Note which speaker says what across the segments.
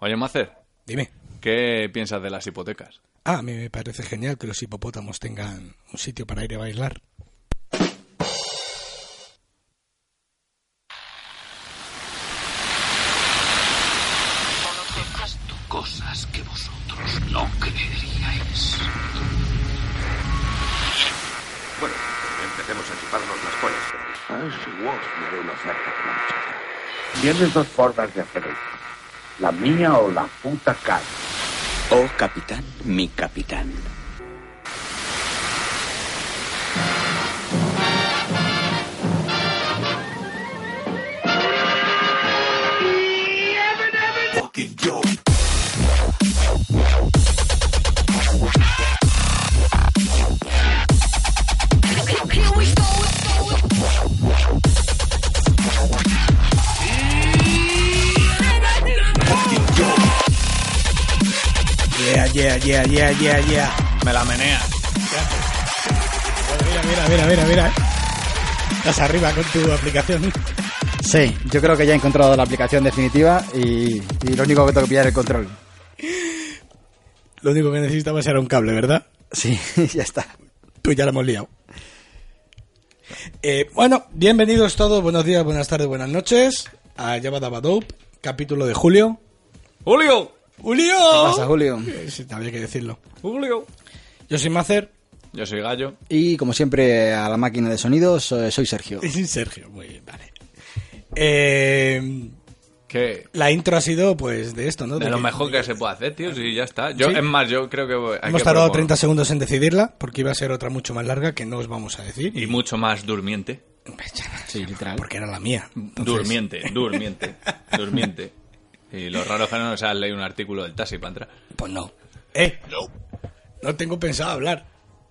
Speaker 1: Oye, Macer,
Speaker 2: Dime.
Speaker 1: ¿qué piensas de las hipotecas?
Speaker 2: Ah, a mí me parece genial que los hipopótamos tengan un sitio para ir a bailar.
Speaker 3: Conocerás tú cosas que vosotros no creeríais.
Speaker 4: Bueno, empecemos a chuparnos las pollas.
Speaker 5: A ese Walsh me haré una oferta planchada. Tienes dos formas de hacer esto. La mía o la puta calle.
Speaker 3: Oh, capitán, mi capitán.
Speaker 2: Yeah, yeah, yeah, yeah, yeah, yeah.
Speaker 1: Me la menea.
Speaker 2: Mira, mira, mira, mira, mira. Estás arriba con tu aplicación.
Speaker 6: Sí, yo creo que ya he encontrado la aplicación definitiva y, y lo único que tengo que pillar es el control.
Speaker 2: Lo único que necesitabas era un cable, ¿verdad?
Speaker 6: Sí, ya está.
Speaker 2: Pues ya la hemos liado. Eh, bueno, bienvenidos todos, buenos días, buenas tardes, buenas noches a Yabada Badoop, capítulo de julio.
Speaker 1: ¡Julio!
Speaker 2: ¡Julio!
Speaker 6: Pasa, Julio.
Speaker 2: Eh, Sí, había que decirlo.
Speaker 1: ¡Julio!
Speaker 2: Yo soy Macer
Speaker 1: Yo soy Gallo.
Speaker 6: Y como siempre, a la máquina de sonidos, soy soy Sergio.
Speaker 2: y Sergio, muy bien, vale. Eh,
Speaker 1: Que
Speaker 2: la intro ha sido pues de esto, ¿no?
Speaker 1: de
Speaker 2: De
Speaker 1: lo
Speaker 2: que
Speaker 1: mejor que se puede hacer, tío, sí, ya está. Yo,
Speaker 2: Sí.
Speaker 1: Es más, yo creo que... voy- hay
Speaker 2: Hemos
Speaker 1: que
Speaker 2: tardado
Speaker 1: proponer-
Speaker 2: 30 segundos en decidirla porque iba a ser otra mucho más larga que no os vamos a decir.
Speaker 1: Y mucho más durmiente.
Speaker 6: Sí, literal.
Speaker 2: Porque era la mía. Entonces-
Speaker 1: Durmiente, durmiente, durmiente. Y lo raro es que no nos has leído un artículo del taxi para entrar.
Speaker 2: Pues no. Eh, no. No tengo pensado hablar.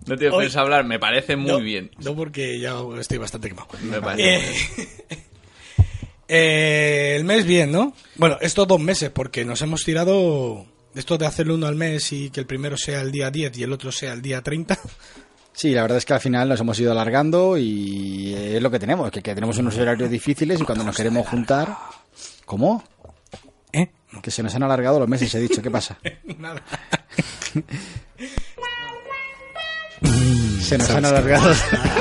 Speaker 1: No tienes
Speaker 2: Hoy-
Speaker 1: pensado hablar, me parece muy
Speaker 2: No,
Speaker 1: bien.
Speaker 2: No, porque ya estoy bastante quemado.
Speaker 1: Me parece
Speaker 2: Eh, eh, el mes bien, ¿no? Bueno, estos dos meses, porque nos hemos tirado... Esto de hacer uno al mes y que el primero sea el día 10 y el otro sea el día 30.
Speaker 6: Sí, la verdad es que al final nos hemos ido alargando y es lo que tenemos, que, que tenemos unos horarios difíciles y cuando nos queremos juntar... ¿Cómo?
Speaker 2: ¿Eh?
Speaker 6: Que se nos han alargado los meses, he dicho. ¿Qué pasa?
Speaker 2: Nada.
Speaker 6: Se nos han alargado...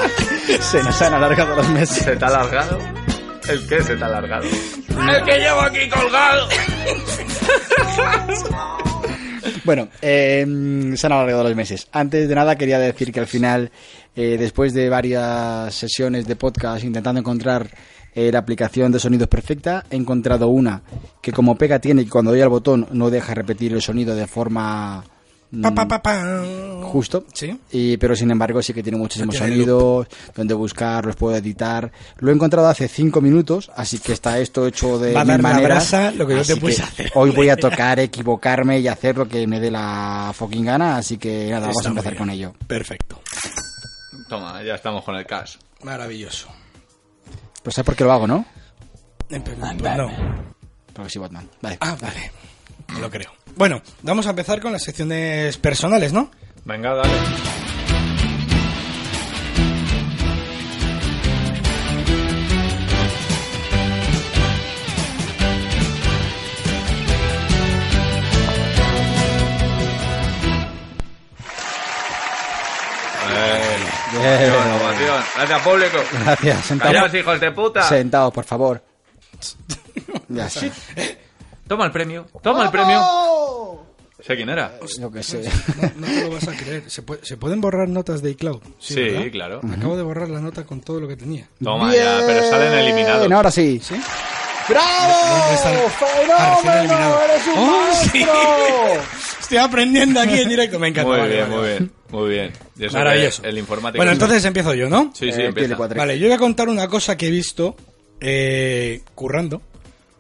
Speaker 6: se nos han alargado los meses.
Speaker 1: te ha alargado? ¿El qué se te ha alargado? ¡El que llevo aquí colgado!
Speaker 6: Bueno, eh, se han alargado los meses. Antes de nada quería decir que al final, eh, después de varias sesiones de podcast intentando encontrar eh, la aplicación de sonidos perfecta, he encontrado una que como pega tiene que cuando doy al botón no deja repetir el sonido de forma mm,
Speaker 2: Pa, pa, pa, pa.
Speaker 6: justo.
Speaker 2: Sí.
Speaker 6: Y, pero sin embargo sí que tiene muchísimos
Speaker 2: Tiene
Speaker 6: sonidos, donde buscar, los puedo editar. Lo he encontrado hace cinco minutos, así que está esto hecho de
Speaker 2: Va a
Speaker 6: mil
Speaker 2: dar una
Speaker 6: maneras.
Speaker 2: brasa lo que yo te
Speaker 6: Así
Speaker 2: puse a hacer.
Speaker 6: Hoy voy a tocar equivocarme y hacer lo que me dé la fucking gana, así que nada, vamos
Speaker 2: Está
Speaker 6: a
Speaker 2: muy
Speaker 6: empezar
Speaker 2: bien.
Speaker 6: con ello.
Speaker 2: Perfecto.
Speaker 1: Toma, ya estamos con el cash.
Speaker 2: Maravilloso.
Speaker 6: Pues ¿sabes por qué lo hago, no?
Speaker 2: En pr-
Speaker 6: Ah,
Speaker 2: pues no.
Speaker 6: Porque soy Batman. Vale.
Speaker 2: Ah, vale. No lo creo. Bueno, vamos a empezar con las secciones personales, ¿no?
Speaker 1: Venga, dale.
Speaker 6: Bien.
Speaker 1: Innovación. Gracias, público.
Speaker 6: Gracias.
Speaker 1: Callaos,
Speaker 6: Sentados,
Speaker 1: hijos de puta.
Speaker 6: sentados, por favor. Ya sí.
Speaker 1: Toma el premio. Toma el premio. Sé quién era.
Speaker 6: Lo que sé.
Speaker 2: No, no te lo vas a creer. ¿Se, puede- se pueden borrar notas de iCloud?
Speaker 1: Sí,
Speaker 2: ¿verdad?
Speaker 1: claro.
Speaker 2: Acabo de borrar la nota con todo lo que tenía.
Speaker 1: Toma ya, pero salen eliminados.
Speaker 6: Bien, ahora sí.
Speaker 2: ¿Sí?
Speaker 6: ¡Bravo!
Speaker 2: No, están- Ah, recién
Speaker 6: ¡Oh, ¡Fenómeno!
Speaker 2: eliminado.
Speaker 6: ¡Eres un
Speaker 2: ¡Oh, sí!
Speaker 6: monstruo!
Speaker 2: Estoy aprendiendo aquí en directo. Me encanta.
Speaker 1: Muy
Speaker 2: vale,
Speaker 1: bien,
Speaker 2: vale,
Speaker 1: muy
Speaker 2: vale.
Speaker 1: bien, muy bien. Y eso que
Speaker 2: Maravilloso.
Speaker 1: El informático.
Speaker 2: Bueno, entonces empiezo yo, ¿no?
Speaker 1: Sí, sí,
Speaker 6: Eh,
Speaker 1: empieza.
Speaker 6: tiene cuatro.
Speaker 2: Vale, yo voy a contar una cosa que he visto eh, currando.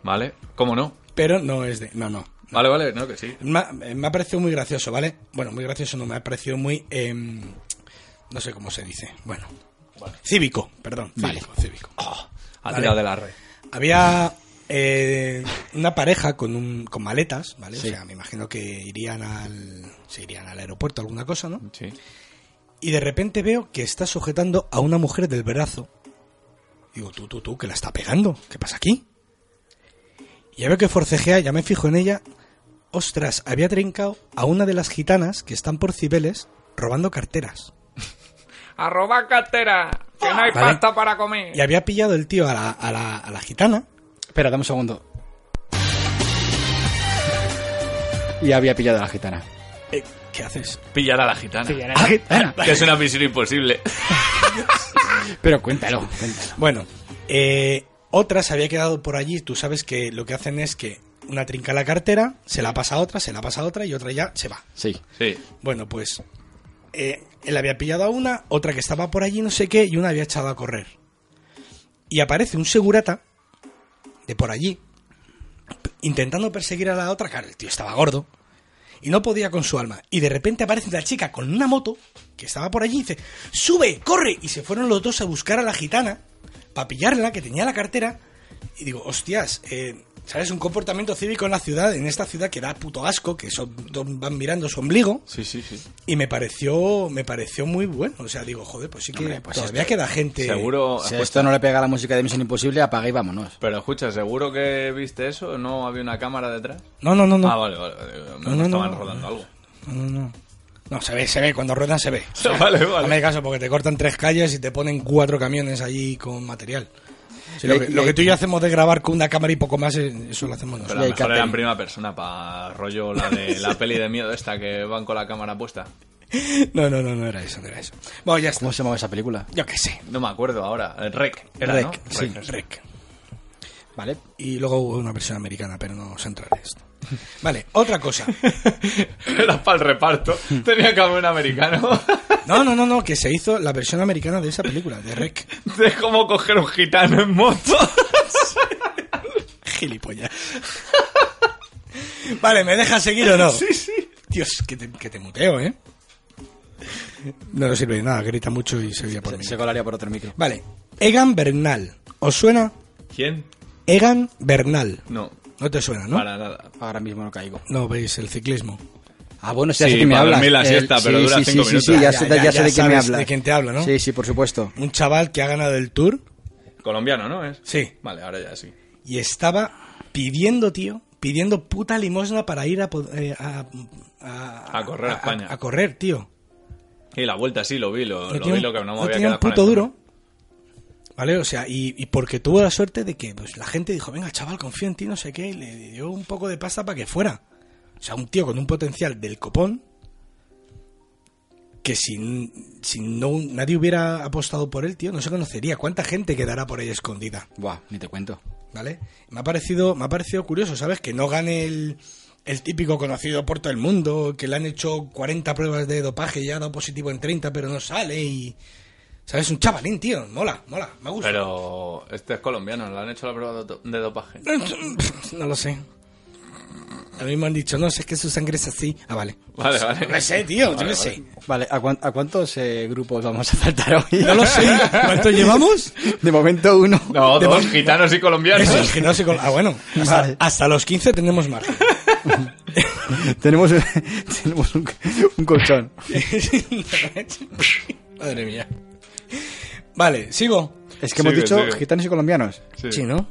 Speaker 1: ¿Vale? ¿Cómo no?
Speaker 2: Pero no es de. No, no.
Speaker 1: Vale, vale, no, que sí.
Speaker 2: Me ha, me ha parecido muy gracioso, ¿vale? Bueno, muy gracioso no, me ha parecido muy. em, no sé cómo se dice. Bueno. Cívico, perdón.
Speaker 6: Vale.
Speaker 2: Cívico, cívico.
Speaker 1: Ha
Speaker 2: Vale.
Speaker 1: tirado de la red.
Speaker 2: Había eh, una pareja con, un, con maletas, ¿vale? O sea, me imagino que irían al, se irían al aeropuerto, alguna cosa, ¿no?
Speaker 1: Sí.
Speaker 2: Y de repente veo que está sujetando a una mujer del brazo. Digo, tú, tú, tú, que la está pegando. ¿Qué pasa aquí? Y ya veo que forcejea, ya me fijo en ella. Ostras, había trincado a una de las gitanas que están por Cibeles robando carteras.
Speaker 7: Arroba cartera, que no hay
Speaker 2: Vale.
Speaker 7: pasta para comer.
Speaker 2: Y había pillado el tío a la, a la, a la gitana.
Speaker 6: Espera, dame un segundo. Y había pillado a la gitana.
Speaker 2: Eh, ¿Qué haces? Ah.
Speaker 1: Pillar a la gitana.
Speaker 6: A la gitana.
Speaker 1: Que es una misión imposible.
Speaker 6: Pero cuéntalo, cuéntalo.
Speaker 2: Bueno, eh, otra se había quedado por allí. Tú sabes que lo que hacen es que una trinca la cartera, se la pasa a otra, se la pasa a otra y otra ya se va.
Speaker 6: Sí.
Speaker 1: Sí.
Speaker 2: Bueno, pues eh, él había pillado a una, otra que estaba por allí, no sé qué, y una había echado a correr. Y aparece un segurata de por allí, p- intentando perseguir a la otra, claro, el tío estaba gordo, y no podía con su alma. Y de repente aparece una chica con una moto, que estaba por allí, y dice, sube, corre, y se fueron los dos a buscar a la gitana, para pillarla, que tenía la cartera, y digo, hostias, eh, ¿sabes? Un comportamiento cívico en la ciudad, en esta ciudad que da puto asco, que son, van mirando su ombligo.
Speaker 1: Sí, sí, sí.
Speaker 2: Y me pareció, me pareció muy bueno. O sea, digo, joder, pues sí que
Speaker 6: Hombre, pues
Speaker 2: todavía queda gente.
Speaker 1: este, Seguro.
Speaker 6: Si a esto no le pega la música de Misión Imposible, apaga y vámonos.
Speaker 1: Pero escucha, ¿seguro que viste eso? ¿No había una cámara detrás?
Speaker 2: No, no, no, no.
Speaker 1: Ah, vale, vale. vale. Me
Speaker 2: No, no,
Speaker 1: estaban
Speaker 2: no.
Speaker 1: rodando algo.
Speaker 2: No, se ve, se ve. Cuando ruedan se ve.
Speaker 1: vale,
Speaker 2: No me hagas caso porque te cortan tres calles y te ponen cuatro camiones allí con material. Sí, lo,
Speaker 6: Le-
Speaker 2: que, lo
Speaker 6: le-
Speaker 2: que tú y yo hacemos de grabar con una cámara y poco más, eh, eso lo hacemos
Speaker 1: Pero a
Speaker 2: nosotros.
Speaker 1: lo
Speaker 6: Y hay
Speaker 1: mejor era en
Speaker 6: catering.
Speaker 1: primera persona, para rollo la de la peli de miedo esta que van con la cámara puesta.
Speaker 2: No, no, no, no era eso, no era eso. Bueno, ya está.
Speaker 6: ¿Cómo se llama esa película?
Speaker 2: Yo qué sé.
Speaker 1: No me acuerdo ahora. Eh, Rec. Era,
Speaker 6: Rec,
Speaker 1: ¿no?
Speaker 6: sí,
Speaker 1: eso.
Speaker 2: Rec.
Speaker 6: Vale.
Speaker 2: Y luego hubo una versión americana, pero no se entra en esto. Vale, otra cosa.
Speaker 1: Era para el reparto. Tenía que haber un americano.
Speaker 2: No, no, no, no, que se hizo la versión americana de esa película, de Rec.
Speaker 1: De cómo coger un gitano en moto.
Speaker 2: Gilipollas. vale, ¿me dejas seguir o no? Sí, sí. Dios, que te, que te muteo, ¿eh? No nos sirve de nada, grita mucho y se oye por
Speaker 6: Se,
Speaker 2: mí.
Speaker 6: se colaría por otro micro.
Speaker 2: Vale, Egan Bernal. ¿Os suena?
Speaker 1: ¿Quién?
Speaker 2: Egan Bernal.
Speaker 1: No,
Speaker 2: No te suena, ¿no?
Speaker 1: para nada.
Speaker 6: Ahora mismo no caigo.
Speaker 2: No veis el ciclismo.
Speaker 6: Ah, bueno, sí, ya
Speaker 1: Sí,
Speaker 6: sé que me
Speaker 1: para
Speaker 6: hablas. Eh,
Speaker 1: dormir la siesta, pero dura
Speaker 6: sí, sí,
Speaker 1: cinco
Speaker 6: sí,
Speaker 1: minutos.
Speaker 6: Sí,
Speaker 2: Ya,
Speaker 6: ya, sé,
Speaker 2: ya,
Speaker 6: ya sé
Speaker 2: ya
Speaker 6: de quién me
Speaker 2: sabes
Speaker 6: hablas.
Speaker 2: de quién te hablo, ¿no?
Speaker 6: Sí, sí, por supuesto.
Speaker 2: Un chaval que ha ganado el Tour
Speaker 1: Colombiano, ¿no es?
Speaker 2: Sí.
Speaker 1: Vale, ahora ya sí.
Speaker 2: y estaba pidiendo, tío, pidiendo puta limosna para ir a... po- eh, a,
Speaker 1: A correr a España.
Speaker 2: A, correr, tío.
Speaker 1: Y la vuelta sí, lo vi, lo,
Speaker 2: No
Speaker 1: lo vi
Speaker 2: tiene un-
Speaker 1: lo que no me
Speaker 2: no
Speaker 1: había
Speaker 2: tenía
Speaker 1: quedado
Speaker 2: un puto duro. ¿Vale? O sea, y, y porque tuvo la suerte de que pues, la gente dijo, venga, chaval, confío en ti, no sé qué, y le dio un poco de pasta para que fuera. O sea, un tío con un potencial del copón que si, si no, nadie hubiera apostado por él, tío, no se conocería. ¿Cuánta gente quedará por ahí escondida?
Speaker 6: Buah, ni te cuento.
Speaker 2: ¿Vale? Me ha parecido, me ha parecido curioso, ¿sabes? Que no gane el, el típico conocido por todo el mundo, que le han hecho 40 pruebas de dopaje y ha dado positivo en 30, pero no sale y... ¿Sabes? Un chavalín, tío. Mola, mola. Me gusta.
Speaker 1: Pero este es colombiano, le han hecho la prueba de do- de dopaje.
Speaker 2: No lo sé. A mí me han dicho, no, si es que su sangre es así. Ah, vale.
Speaker 1: Vale, vale.
Speaker 2: No lo sé, tío. yo qué sé.
Speaker 6: Vale, ¿a, cuán- a cuántos eh, grupos vamos a saltar hoy?
Speaker 2: No lo sé. ¿Cuánto llevamos?
Speaker 6: De momento uno.
Speaker 1: No, dos gitanos y colombianos.
Speaker 2: Eso, es que no sé... col- Ah, bueno. Hasta,
Speaker 6: Vale.
Speaker 2: hasta los 15 tenemos margen.
Speaker 6: tenemos eh, tenemos un, un colchón.
Speaker 2: Madre mía. Vale, sigo.
Speaker 6: Es que hemos
Speaker 1: Sigue,
Speaker 6: dicho
Speaker 1: sigue.
Speaker 6: gitanos y colombianos.
Speaker 1: Sí.
Speaker 2: Sí, ¿no?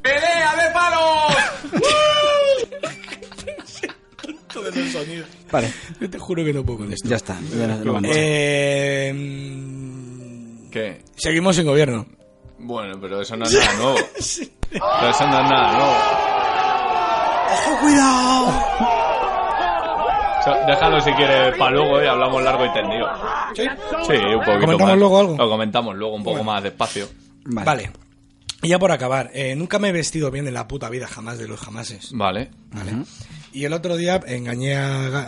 Speaker 6: Vale,
Speaker 2: Yo te juro que no puedo con esto.
Speaker 6: ya está. Ya no- no vamos.
Speaker 2: Eh, mm,
Speaker 1: ¿Qué?
Speaker 2: seguimos en gobierno.
Speaker 1: Bueno, pero eso no es nada nuevo. Pero eso no es nada nuevo.
Speaker 2: ¡Cuidado!
Speaker 1: O sea, déjalo si quieres para luego y hablamos largo y tendido. Sí, un poquito
Speaker 2: ¿Comentamos
Speaker 1: más.
Speaker 2: luego algo?
Speaker 1: Lo comentamos luego un poco más despacio.
Speaker 2: Vale. Y ya por acabar, eh, nunca me he vestido bien en la puta vida, jamás de los jamases.
Speaker 1: Vale.
Speaker 2: Vale. Y el otro día engañé a, Ga-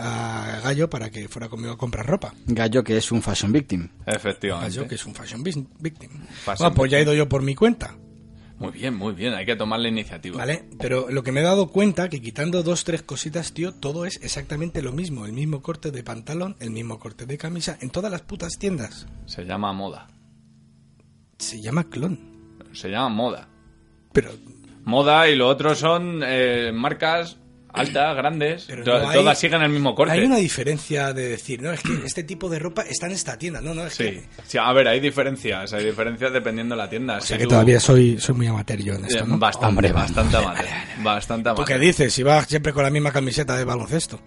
Speaker 2: a Gallo para que fuera conmigo a comprar ropa.
Speaker 6: Gallo que es un fashion victim.
Speaker 1: Efectivamente.
Speaker 2: Gallo, que es un fashion bis- victim.
Speaker 1: Fashion
Speaker 2: Bueno, pues ya he ido yo por mi cuenta.
Speaker 1: Muy bien, muy bien. Hay que tomar la iniciativa.
Speaker 2: ¿Vale? Pero lo que me he dado cuenta que quitando dos, tres cositas, tío, todo es exactamente lo mismo. El mismo corte de pantalón, el mismo corte de camisa, en todas las putas tiendas.
Speaker 1: Se llama moda.
Speaker 2: Se llama clon.
Speaker 1: Se llama moda.
Speaker 2: Pero,
Speaker 1: Moda y lo otro son eh, marcas altas, grandes.
Speaker 2: pero
Speaker 1: to-
Speaker 2: no hay-
Speaker 1: todas siguen el mismo corte.
Speaker 2: Hay una diferencia de decir, no, es que este tipo de ropa está en esta tienda. No, no, es
Speaker 1: Sí.
Speaker 2: que...
Speaker 1: Sí, a ver, hay diferencias. Hay diferencias dependiendo de la tienda. Eh,
Speaker 2: O sea que todavía soy, soy muy amateur yo en esto, ¿no?
Speaker 1: Bastante, bastante amateur. Bastante
Speaker 2: ¿Tú
Speaker 1: amateur.
Speaker 2: qué dices? Si vas siempre con la misma camiseta de baloncesto.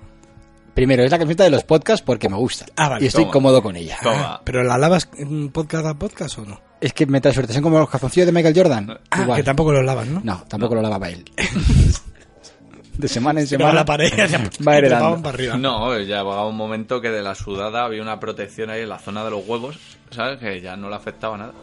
Speaker 6: Primero, es la camiseta de los podcasts porque me gusta.
Speaker 2: Ah, vale,
Speaker 6: y estoy
Speaker 1: toma.
Speaker 6: cómodo con ella.
Speaker 1: Toma.
Speaker 2: Ah, ¿Pero la lavas mm, podcast a podcast o no?
Speaker 6: Es que me trae suerte. Son como los calzoncillos de Michael Jordan.
Speaker 2: Ah,
Speaker 6: Igual.
Speaker 2: que tampoco los lavas, ¿no?
Speaker 6: No, tampoco lo lavaba él. de semana en
Speaker 2: Se va a
Speaker 6: semana.
Speaker 2: la pared y
Speaker 6: Va
Speaker 2: te
Speaker 6: heredando.
Speaker 2: pagan para arriba.
Speaker 1: No, eh, ya llegaba un momento que de la sudada había una protección ahí en la zona de los huevos, ¿sabes? Que ya no le afectaba nada.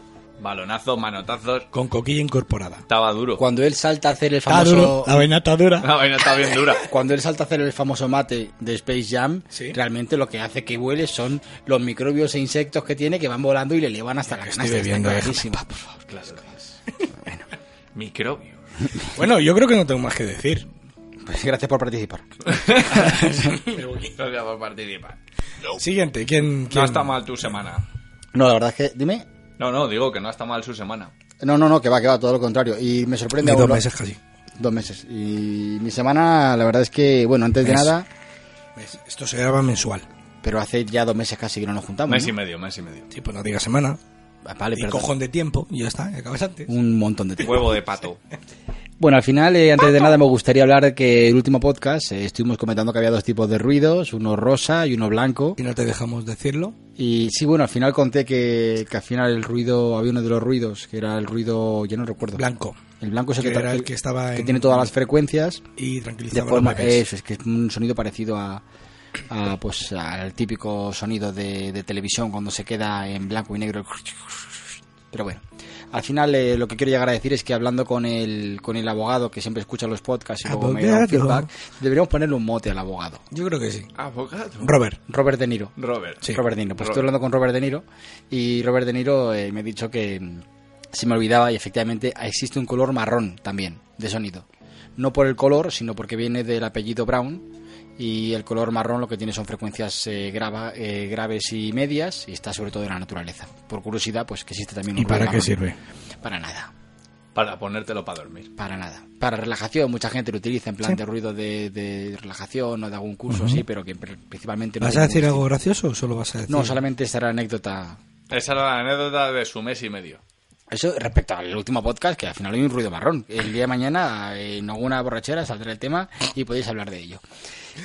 Speaker 1: Balonazos, manotazos,
Speaker 2: Con coquilla incorporada.
Speaker 1: estaba duro.
Speaker 6: Cuando él salta a hacer el
Speaker 2: Está duro,
Speaker 6: famoso.
Speaker 2: la vaina está dura.
Speaker 1: La vaina estaba bien dura.
Speaker 6: Cuando él salta a hacer el famoso mate de Space Jam,
Speaker 2: Sí.
Speaker 6: realmente lo que hace que vuele son los microbios e insectos que tiene que van volando y le elevan hasta la canasta.
Speaker 2: Estoy
Speaker 6: Está
Speaker 2: bebiendo,
Speaker 6: clarísimo.
Speaker 1: Claro. Microbios.
Speaker 2: Bueno, yo creo que no tengo más que decir.
Speaker 6: Pues gracias por participar.
Speaker 1: Gracias por participar.
Speaker 2: Siguiente, ¿quién?
Speaker 1: No
Speaker 2: quién?
Speaker 1: está mal tu semana.
Speaker 6: No, la verdad es que, dime.
Speaker 1: No, no, digo que no está mal su semana.
Speaker 6: No, no, no, que va, que va, todo lo contrario. Y me
Speaker 2: Ni
Speaker 6: sorprende aún
Speaker 2: dos
Speaker 6: lo-
Speaker 2: meses casi.
Speaker 6: Dos meses. Y mi semana, la verdad es que, bueno, antes de
Speaker 2: Mes.
Speaker 6: nada,
Speaker 2: ¿Ves? Esto se graba mensual.
Speaker 6: pero hace ya dos meses casi que no nos juntamos.
Speaker 1: Mes y
Speaker 6: ¿no?
Speaker 1: medio, mes y medio.
Speaker 2: Sí, pues no diga semana.
Speaker 6: Ah, Vale,
Speaker 2: y
Speaker 6: perdón.
Speaker 2: cojón de tiempo y ya está, y acabas antes.
Speaker 6: Un montón de tiempo.
Speaker 1: Huevo de pato.
Speaker 6: Bueno, al final, eh, antes de nada, me gustaría hablar de que el último podcast eh, estuvimos comentando que había dos tipos de ruidos, uno rosa y uno blanco.
Speaker 2: Y no te dejamos decirlo.
Speaker 6: Y sí, bueno, al final conté que, que al final el ruido, había uno de los ruidos, que era el ruido, ya no recuerdo.
Speaker 2: Blanco.
Speaker 6: El blanco es el
Speaker 2: Que
Speaker 6: que, tra-
Speaker 2: era el que estaba
Speaker 6: que
Speaker 2: en-
Speaker 6: tiene todas las frecuencias.
Speaker 2: Y
Speaker 6: de
Speaker 2: tranquilizaba
Speaker 6: forma
Speaker 2: los bebés.
Speaker 6: eso es que es un sonido parecido a, a, pues al típico sonido de, de televisión cuando se queda en blanco y negro pero bueno al final eh, lo que quiero llegar a decir es que hablando con el con el abogado que siempre escucha los podcasts y luego me da un
Speaker 2: Abogado.
Speaker 6: feedback deberíamos ponerle un mote al abogado
Speaker 2: Yo creo que sí.
Speaker 1: Abogado.
Speaker 2: Robert.
Speaker 6: Robert De Niro
Speaker 1: Robert.
Speaker 2: Sí.
Speaker 6: Robert De Niro. Pues estoy
Speaker 1: Robert.
Speaker 6: hablando con Robert De Niro y Robert De Niro eh, me ha dicho que mm, se me olvidaba y efectivamente existe un color marrón también de sonido. No por el color, sino porque viene del apellido Brown y el color marrón lo que tiene son frecuencias eh, grava- eh, graves y medias y está sobre todo en la naturaleza. Por curiosidad, pues que existe también
Speaker 2: ¿Y
Speaker 6: un color
Speaker 2: para qué
Speaker 6: marrón.
Speaker 2: sirve?
Speaker 6: Para nada.
Speaker 1: Para ponértelo para dormir.
Speaker 6: Para nada. Para relajación, mucha gente lo utiliza en plan de ruido de, de relajación o de algún curso así, pero que pr- principalmente no
Speaker 2: ¿Vas
Speaker 6: tiene
Speaker 2: a decir
Speaker 6: ningún
Speaker 2: algo gracioso o solo vas a decir?
Speaker 6: sentido. No, solamente será anécdota
Speaker 1: Esa era la anécdota de su mes y medio.
Speaker 6: Eso respecto al último podcast, que al final hay un ruido marrón. El día de mañana eh, en alguna borrachera saldrá el tema y podéis hablar de ello.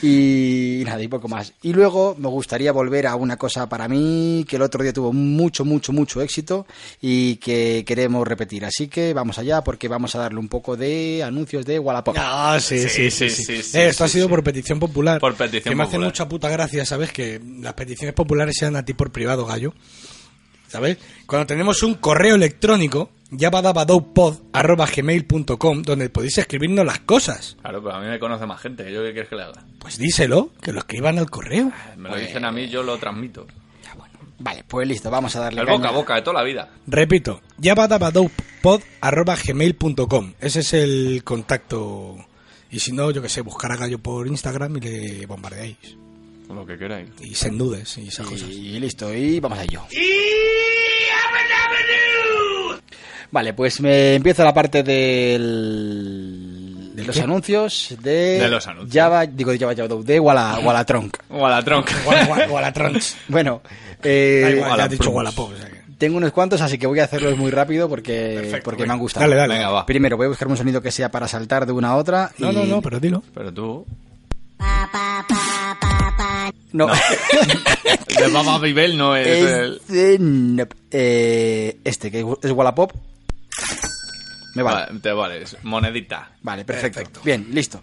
Speaker 6: Y nada, y poco más. Y luego me gustaría volver a una cosa para mí que el otro día tuvo mucho, mucho, mucho éxito y que queremos repetir. Así que vamos allá porque vamos a darle un poco de anuncios de Wallapop.
Speaker 2: Ah, sí, sí, sí. sí,
Speaker 1: sí, sí,
Speaker 2: Eh,
Speaker 1: sí,
Speaker 2: esto ha
Speaker 1: sí,
Speaker 2: sido
Speaker 1: sí.
Speaker 2: por petición popular.
Speaker 1: Por petición
Speaker 2: Que me hace
Speaker 1: popular.
Speaker 2: mucha puta gracia, ¿sabes? Que las peticiones populares sean a ti por privado, gallo. ¿Sabes? Cuando tenemos un correo electrónico, gmail.com donde podéis escribirnos las cosas.
Speaker 1: Claro, pero a mí me conoce más gente. ¿Yo qué quieres que le haga?
Speaker 2: Pues díselo, que lo escriban al correo.
Speaker 1: Me lo dicen a mí, yo lo transmito.
Speaker 6: Vale, pues listo, vamos a darle
Speaker 1: El
Speaker 6: caña.
Speaker 1: boca a boca de toda la vida.
Speaker 2: Repito, gmail.com Ese es el contacto. Y si no, yo que sé, buscar a Gallo por Instagram y le bombardeáis.
Speaker 1: Lo que queráis.
Speaker 2: Y se nudes y esas cosas.
Speaker 6: Y listo, y vamos a ello. Vale, pues me empieza la parte del, de los
Speaker 2: qué?
Speaker 6: anuncios de,
Speaker 1: De los anuncios.
Speaker 6: Java, digo de Java, Java de Walla, Wallatronc.
Speaker 1: O a la tronca.
Speaker 2: O a la- o a la trans.
Speaker 6: Bueno, eh,
Speaker 2: Da igual, pues, ya
Speaker 1: Wallapop.
Speaker 2: has dicho Wallapop. o sea que-
Speaker 6: tengo unos cuantos, así que voy a hacerlos muy rápido porque, porque me han gustado.
Speaker 2: Dale, dale.
Speaker 1: Venga, va.
Speaker 6: Primero, voy a buscarme un sonido que sea para saltar de una a otra.
Speaker 2: No,
Speaker 6: y-
Speaker 2: no, no, pero dilo.
Speaker 1: Pero tú...
Speaker 6: No.
Speaker 1: De Baba Bibel no es el...
Speaker 6: este, no. Eh, este, que es Wallapop. Me vale.
Speaker 1: Vale, te vales. Monedita.
Speaker 6: Vale, perfecto. Bien, listo.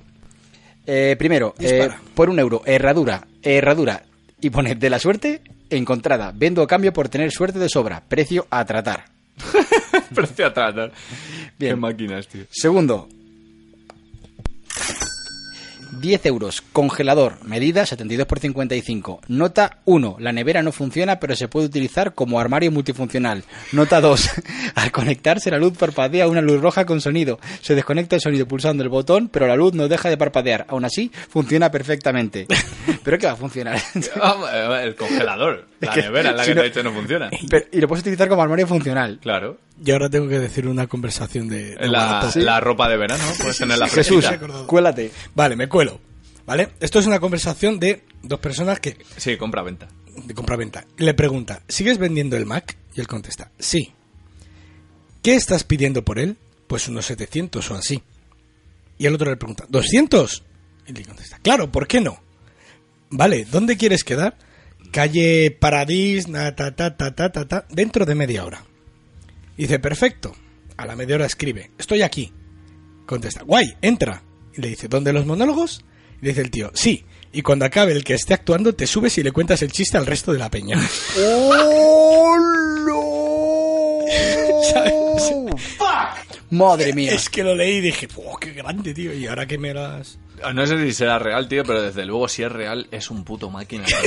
Speaker 6: Eh, primero, eh,
Speaker 2: Dispara.
Speaker 6: por un euro, herradura, herradura. Y pone de la suerte encontrada. Vendo a cambio por tener suerte de sobra. Precio a tratar.
Speaker 1: Precio a tratar.
Speaker 6: Bien.
Speaker 1: Qué máquinas, tío.
Speaker 6: Segundo, 10 euros. Congelador, medida 72 por 55. Nota 1. La nevera no funciona, pero se puede utilizar como armario multifuncional. Nota 2. Al conectarse, la luz parpadea una luz roja con sonido. Se desconecta el sonido pulsando el botón, pero la luz no deja de parpadear. Aún así, funciona perfectamente. ¿Pero qué va a funcionar?
Speaker 1: Vamos, eh, El congelador, la nevera, es la
Speaker 6: si
Speaker 1: que
Speaker 6: no-
Speaker 1: te he dicho no funciona.
Speaker 6: Pero- y lo puedes utilizar como armario funcional.
Speaker 1: Claro.
Speaker 2: Y ahora tengo que decir una conversación de... de
Speaker 1: La,
Speaker 2: WhatsApp.
Speaker 1: la ropa de verano, puedes tener la
Speaker 6: Jesús,
Speaker 1: fresquita.
Speaker 6: cuélate.
Speaker 2: Vale, me cuelo. ¿Vale? Esto es una conversación de dos personas que
Speaker 1: Sí, compra-venta.
Speaker 2: de compraventa. Le pregunta, ¿sigues vendiendo el Mac? Y él contesta, sí. ¿Qué estás pidiendo por él? Pues unos 700 o así. Y el otro le pregunta, ¿200? Y le contesta, claro, ¿por qué no? Vale, ¿dónde quieres quedar? Calle Paradis, na, ta, ta, ta, ta, ta, ta, dentro de media hora. Y dice, perfecto. A la media hora escribe, estoy aquí. Contesta, guay, entra. Y le dice, ¿dónde los monólogos? Y le dice el tío, sí. Y cuando acabe el que esté actuando, te subes y le cuentas el chiste al resto de la peña. ¿Sabes?
Speaker 6: Madre mía.
Speaker 2: Es que lo leí y dije, "Buah, qué grande, tío! Y ahora que me las...
Speaker 1: No sé si será real, tío, pero desde luego si es real es un puto máquina. tío.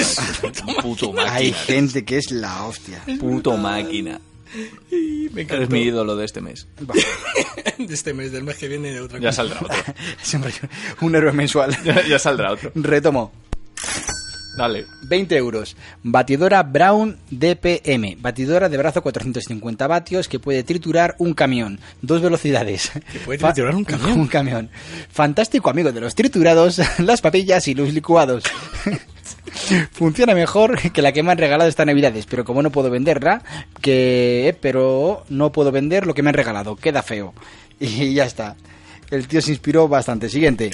Speaker 1: un puto máquina.
Speaker 6: Hay gente que es la hostia.
Speaker 1: Puto máquina.
Speaker 2: Y me encantó.
Speaker 1: Eres mi ídolo de este mes.
Speaker 2: De este mes, del mes que viene, de otra
Speaker 1: Ya
Speaker 2: cosa.
Speaker 1: saldrá otro.
Speaker 6: Siempre un héroe mensual.
Speaker 1: Ya, ya saldrá otro.
Speaker 6: Retomo.
Speaker 1: Dale.
Speaker 6: 20 euros. Batidora Brown DPM. Batidora de brazo 450 vatios que puede triturar un camión. Dos velocidades.
Speaker 2: puede
Speaker 6: Fa-
Speaker 2: triturar un camión?
Speaker 6: Un camión. Fantástico amigo de los triturados, las papillas y los licuados. Funciona mejor que la que me han regalado estas navidades, pero como no puedo venderla, que eh, pero no puedo vender lo que me han regalado, queda feo. Y ya está. El tío se inspiró bastante. Siguiente.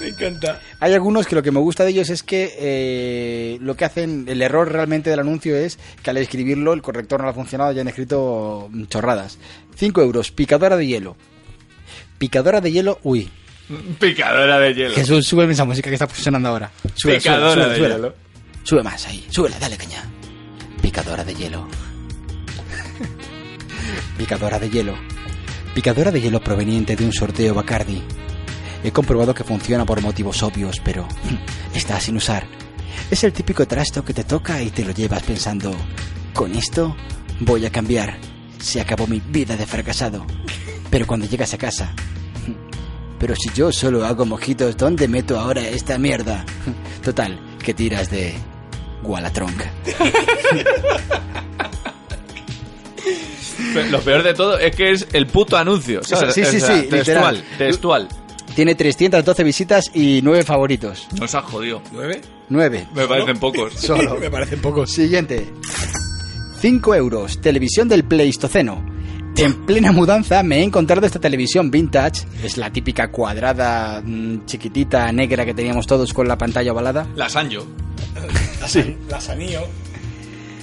Speaker 2: Me encanta.
Speaker 6: Hay algunos que lo que me gusta de ellos es que eh, lo que hacen, el error realmente del anuncio es que al escribirlo el corrector no lo ha funcionado y han escrito mm, chorradas. 5 euros, picadora de hielo. Picadora de hielo, uy.
Speaker 1: Picadora de hielo.
Speaker 6: Jesús, súbeme esa música que está sonando ahora. Sube,
Speaker 1: Picadora de hielo.
Speaker 6: Sube más ahí, súbela, dale caña. Picadora de hielo. Picadora de hielo. Picadora de hielo proveniente de un sorteo Bacardi. He comprobado que funciona por motivos obvios, pero está sin usar. Es el típico trasto que te toca y te lo llevas pensando, con esto voy a cambiar. Se acabó mi vida de fracasado. Pero cuando llegas a casa, pero si yo solo hago mojitos, ¿dónde meto ahora esta mierda? Total, que tiras de Gualatronc.
Speaker 1: Pe- Lo peor de todo es que es el puto anuncio. ¿sabes?
Speaker 6: Sí, sí,
Speaker 1: O sea,
Speaker 6: sí,
Speaker 1: Textual,
Speaker 6: literal.
Speaker 1: textual.
Speaker 6: Tiene 312 visitas y 9 favoritos.
Speaker 1: Nos ha jodido.
Speaker 2: ¿Nueve?
Speaker 6: 9.
Speaker 1: Me parecen pocos.
Speaker 6: Solo.
Speaker 2: me parecen pocos.
Speaker 6: Siguiente. 5 euros. Televisión del Pleistoceno. En plena mudanza me he encontrado esta televisión vintage. Es la típica cuadrada mm, chiquitita negra que teníamos todos con la pantalla ovalada.
Speaker 1: La Sanjo.
Speaker 2: Sí. La Sanío.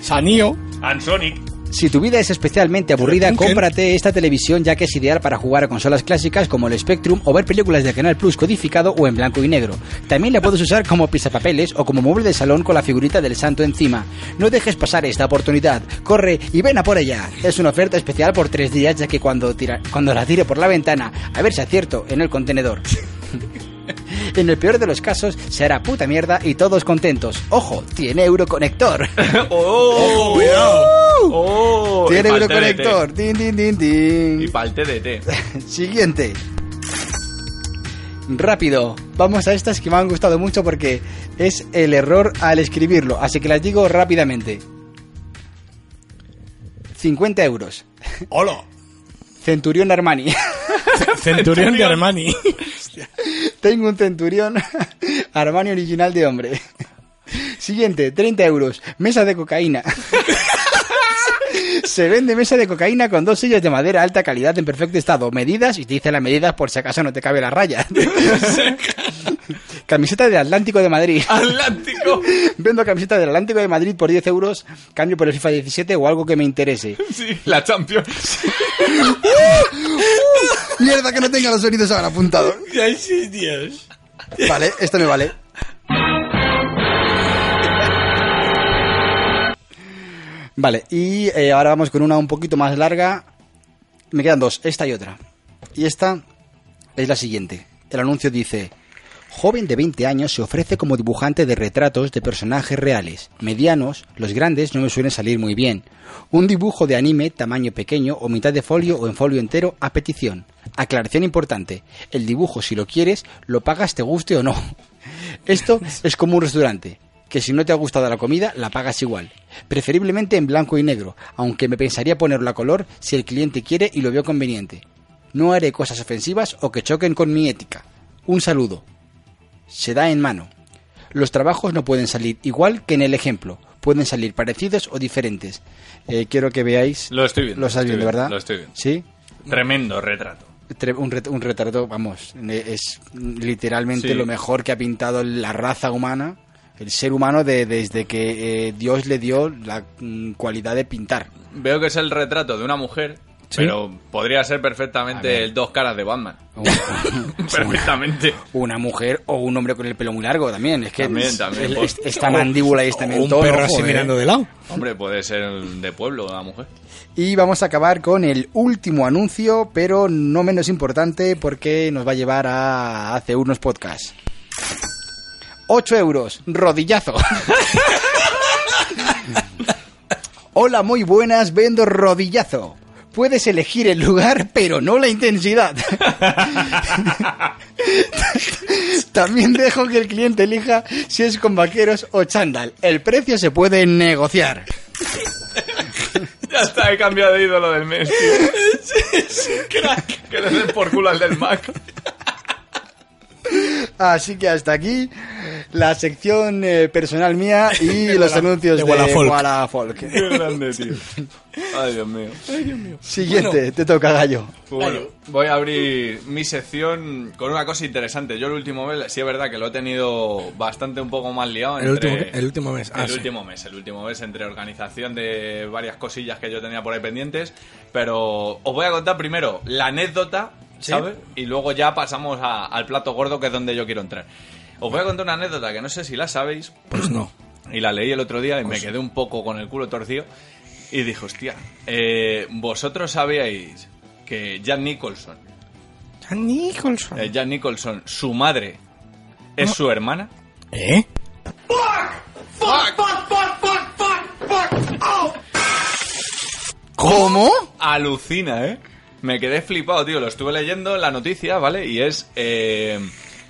Speaker 2: Sanío.
Speaker 1: Ansonic.
Speaker 6: Si tu vida es especialmente aburrida,
Speaker 2: Telefunken.
Speaker 6: cómprate esta televisión ya que es ideal para jugar a consolas clásicas como el Spectrum o ver películas de Canal Plus codificado o en blanco y negro. También la puedes usar como pisapapeles o como mueble de salón con la figurita del santo encima. No dejes pasar esta oportunidad. Corre y ven a por ella. Es una oferta especial por tres días ya que cuando, tira- cuando la tire por la ventana, a ver si acierto en el contenedor. En el peor de los casos, se hará puta mierda y todos contentos. ¡Ojo! ¡Tiene Euroconector!
Speaker 1: ¡Oh!
Speaker 2: Cuidado.
Speaker 1: ¡Oh!
Speaker 6: ¡Tiene
Speaker 1: Y pa'l
Speaker 6: Euroconector! ¡Din, din, din,
Speaker 1: TDT. Y
Speaker 6: din!
Speaker 1: pa'l TDT.
Speaker 6: Siguiente. Rápido, vamos a estas que me han gustado mucho porque es el error al escribirlo, así que las digo rápidamente. 50 euros.
Speaker 2: Hola.
Speaker 6: Centurión Armani.
Speaker 2: Centurión de Armani.
Speaker 6: Tengo un centurión Armani original de hombre. Siguiente, 30 euros. Mesa de cocaína. Se vende mesa de cocaína con dos sillas de madera alta calidad en perfecto estado. Medidas, y te dice las medidas por si acaso no te cabe la raya. Camiseta de Atlántico de Madrid.
Speaker 1: ¡Atlántico!
Speaker 6: Vendo camiseta del Atlántico de Madrid por 10 euros. Cambio por el FIFA 17 o algo que me interese.
Speaker 1: Sí, la Champions.
Speaker 6: Mierda que no tenga los sonidos ahora apuntados.
Speaker 2: Ay, sí, Dios.
Speaker 6: Vale, esto me vale. Vale, y eh, ahora vamos con una un poquito más larga. Me quedan dos, esta y otra. Y esta es la siguiente. El anuncio dice, Joven de 20 años se ofrece como dibujante de retratos de personajes reales. Medianos, los grandes no me suelen salir muy bien. Un dibujo de anime, tamaño pequeño o mitad de folio o en folio entero a petición. Aclaración importante. El dibujo, si lo quieres, lo pagas te guste o no. Esto es como un restaurante, que si no te ha gustado la comida, la pagas igual. Preferiblemente en blanco y negro, aunque me pensaría ponerlo a color si el cliente quiere y lo veo conveniente. No haré cosas ofensivas o que choquen con mi ética. Un saludo. Se da en mano. Los trabajos no pueden salir igual que en el ejemplo. Pueden salir parecidos o diferentes. Eh, quiero que veáis.
Speaker 1: Lo estoy viendo,
Speaker 6: Lo estás
Speaker 1: estoy
Speaker 6: viendo,
Speaker 1: viendo,
Speaker 6: ¿verdad?
Speaker 1: lo estoy viendo.
Speaker 6: Sí.
Speaker 1: Tremendo retrato.
Speaker 6: Tre- un, ret- un retrato, vamos, ne- es literalmente
Speaker 1: Sí.
Speaker 6: lo mejor que ha pintado la raza humana, el ser humano de- desde que eh, Dios le dio la mm, cualidad de pintar.
Speaker 1: Veo que es el retrato de una mujer,
Speaker 2: Sí.
Speaker 1: pero podría ser
Speaker 6: A ver.
Speaker 1: perfectamente el dos caras de Batman.
Speaker 6: Un-
Speaker 1: perfectamente.
Speaker 6: Una mujer o un hombre con el pelo muy largo también, es que
Speaker 1: También,
Speaker 6: es-
Speaker 1: también,
Speaker 6: es-
Speaker 1: pues.
Speaker 6: es- esta mandíbula y este
Speaker 2: O un
Speaker 6: mentón,
Speaker 2: perro
Speaker 6: ojo,
Speaker 2: así
Speaker 6: eh.
Speaker 2: mirando de lado.
Speaker 1: Hombre, puede ser de pueblo una mujer.
Speaker 6: Y vamos a acabar con el último anuncio, pero no menos importante porque nos va a llevar a hace unos podcasts. 8 euros, rodillazo. Hola, muy buenas, vendo rodillazo. Puedes elegir el lugar, pero no la intensidad. También dejo que el cliente elija si es con vaqueros o chándal. El precio se puede negociar.
Speaker 1: Ya está, he cambiado de ídolo del mes, crack. Que le den por culo al del Mac.
Speaker 6: Así que hasta aquí la sección eh, personal mía y los anuncios de,
Speaker 2: de Walafolk.
Speaker 6: Walafolk.
Speaker 1: Qué grande, tío. Ay, Dios mío.
Speaker 6: Siguiente, te toca gallo.
Speaker 1: Bueno, voy a abrir mi sección con una cosa interesante. Yo el último mes, sí es verdad que lo he tenido bastante un poco más liado.
Speaker 2: El
Speaker 1: entre-
Speaker 2: último- el último mes, ah,
Speaker 1: el
Speaker 2: sí.
Speaker 1: último mes, el último mes, entre organización de varias cosillas que yo tenía por ahí pendientes. Pero os voy a contar primero la anécdota, ¿sabes? Y luego ya pasamos a- al plato gordo, que es donde yo quiero entrar. Os voy a contar una anécdota que no sé si la sabéis,
Speaker 2: Pues no.
Speaker 1: y la leí el otro día y me quedé un poco con el culo torcido. Y dije, hostia, eh, vosotros sabíais que Jack Nicholson,
Speaker 2: Jan Nicholson.
Speaker 1: eh, Jack Nicholson, su madre es su hermana.
Speaker 2: ¿Eh?
Speaker 6: ¿Cómo?
Speaker 1: Alucina, ¿eh? Me quedé flipado, tío. Lo estuve leyendo en la noticia, ¿vale? Y es... eh,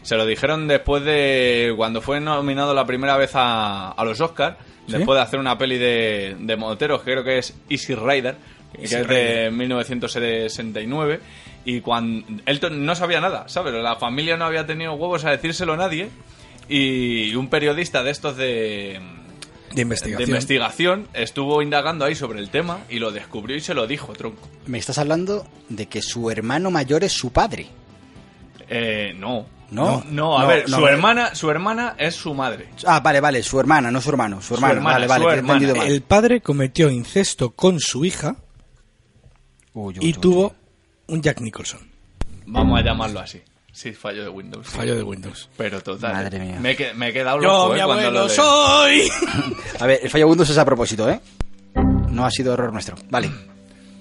Speaker 1: se lo dijeron después de... Cuando fue nominado la primera vez a, a los Oscars. Después de hacer una peli de, de moteros, creo que es Easy Rider. Que es de 1969. Y cuando... Él to- no sabía nada, ¿sabes? La familia no había tenido huevos a decírselo a nadie. Y un periodista de estos de...
Speaker 2: De investigación.
Speaker 1: De investigación, estuvo indagando ahí sobre el tema y lo descubrió y se lo dijo, tronco.
Speaker 6: Me estás hablando de que su hermano mayor es su padre.
Speaker 1: Eh, no.
Speaker 6: No.
Speaker 1: no, a
Speaker 6: No,
Speaker 1: ver,
Speaker 6: no.
Speaker 1: su hermana, su hermana es su madre.
Speaker 6: Ah, vale, vale, su hermana, no su hermano, su hermana,
Speaker 1: hermana,
Speaker 6: vale, vale,
Speaker 1: su
Speaker 6: te he
Speaker 1: hermana.
Speaker 6: entendido mal.
Speaker 2: El padre cometió incesto con su hija
Speaker 6: Uy, uy,
Speaker 2: y
Speaker 6: uy,
Speaker 2: tuvo un Jack Nicholson.
Speaker 1: Vamos a llamarlo así. Sí, fallo de Windows.
Speaker 2: Fallo de Windows.
Speaker 1: Pero total.
Speaker 6: Madre mía.
Speaker 1: Me, he que- me he quedado loco, eh, cuando lo leí.
Speaker 2: soy.
Speaker 6: uy. A ver, el fallo Windows es a propósito, ¿eh? No ha sido error nuestro. Vale.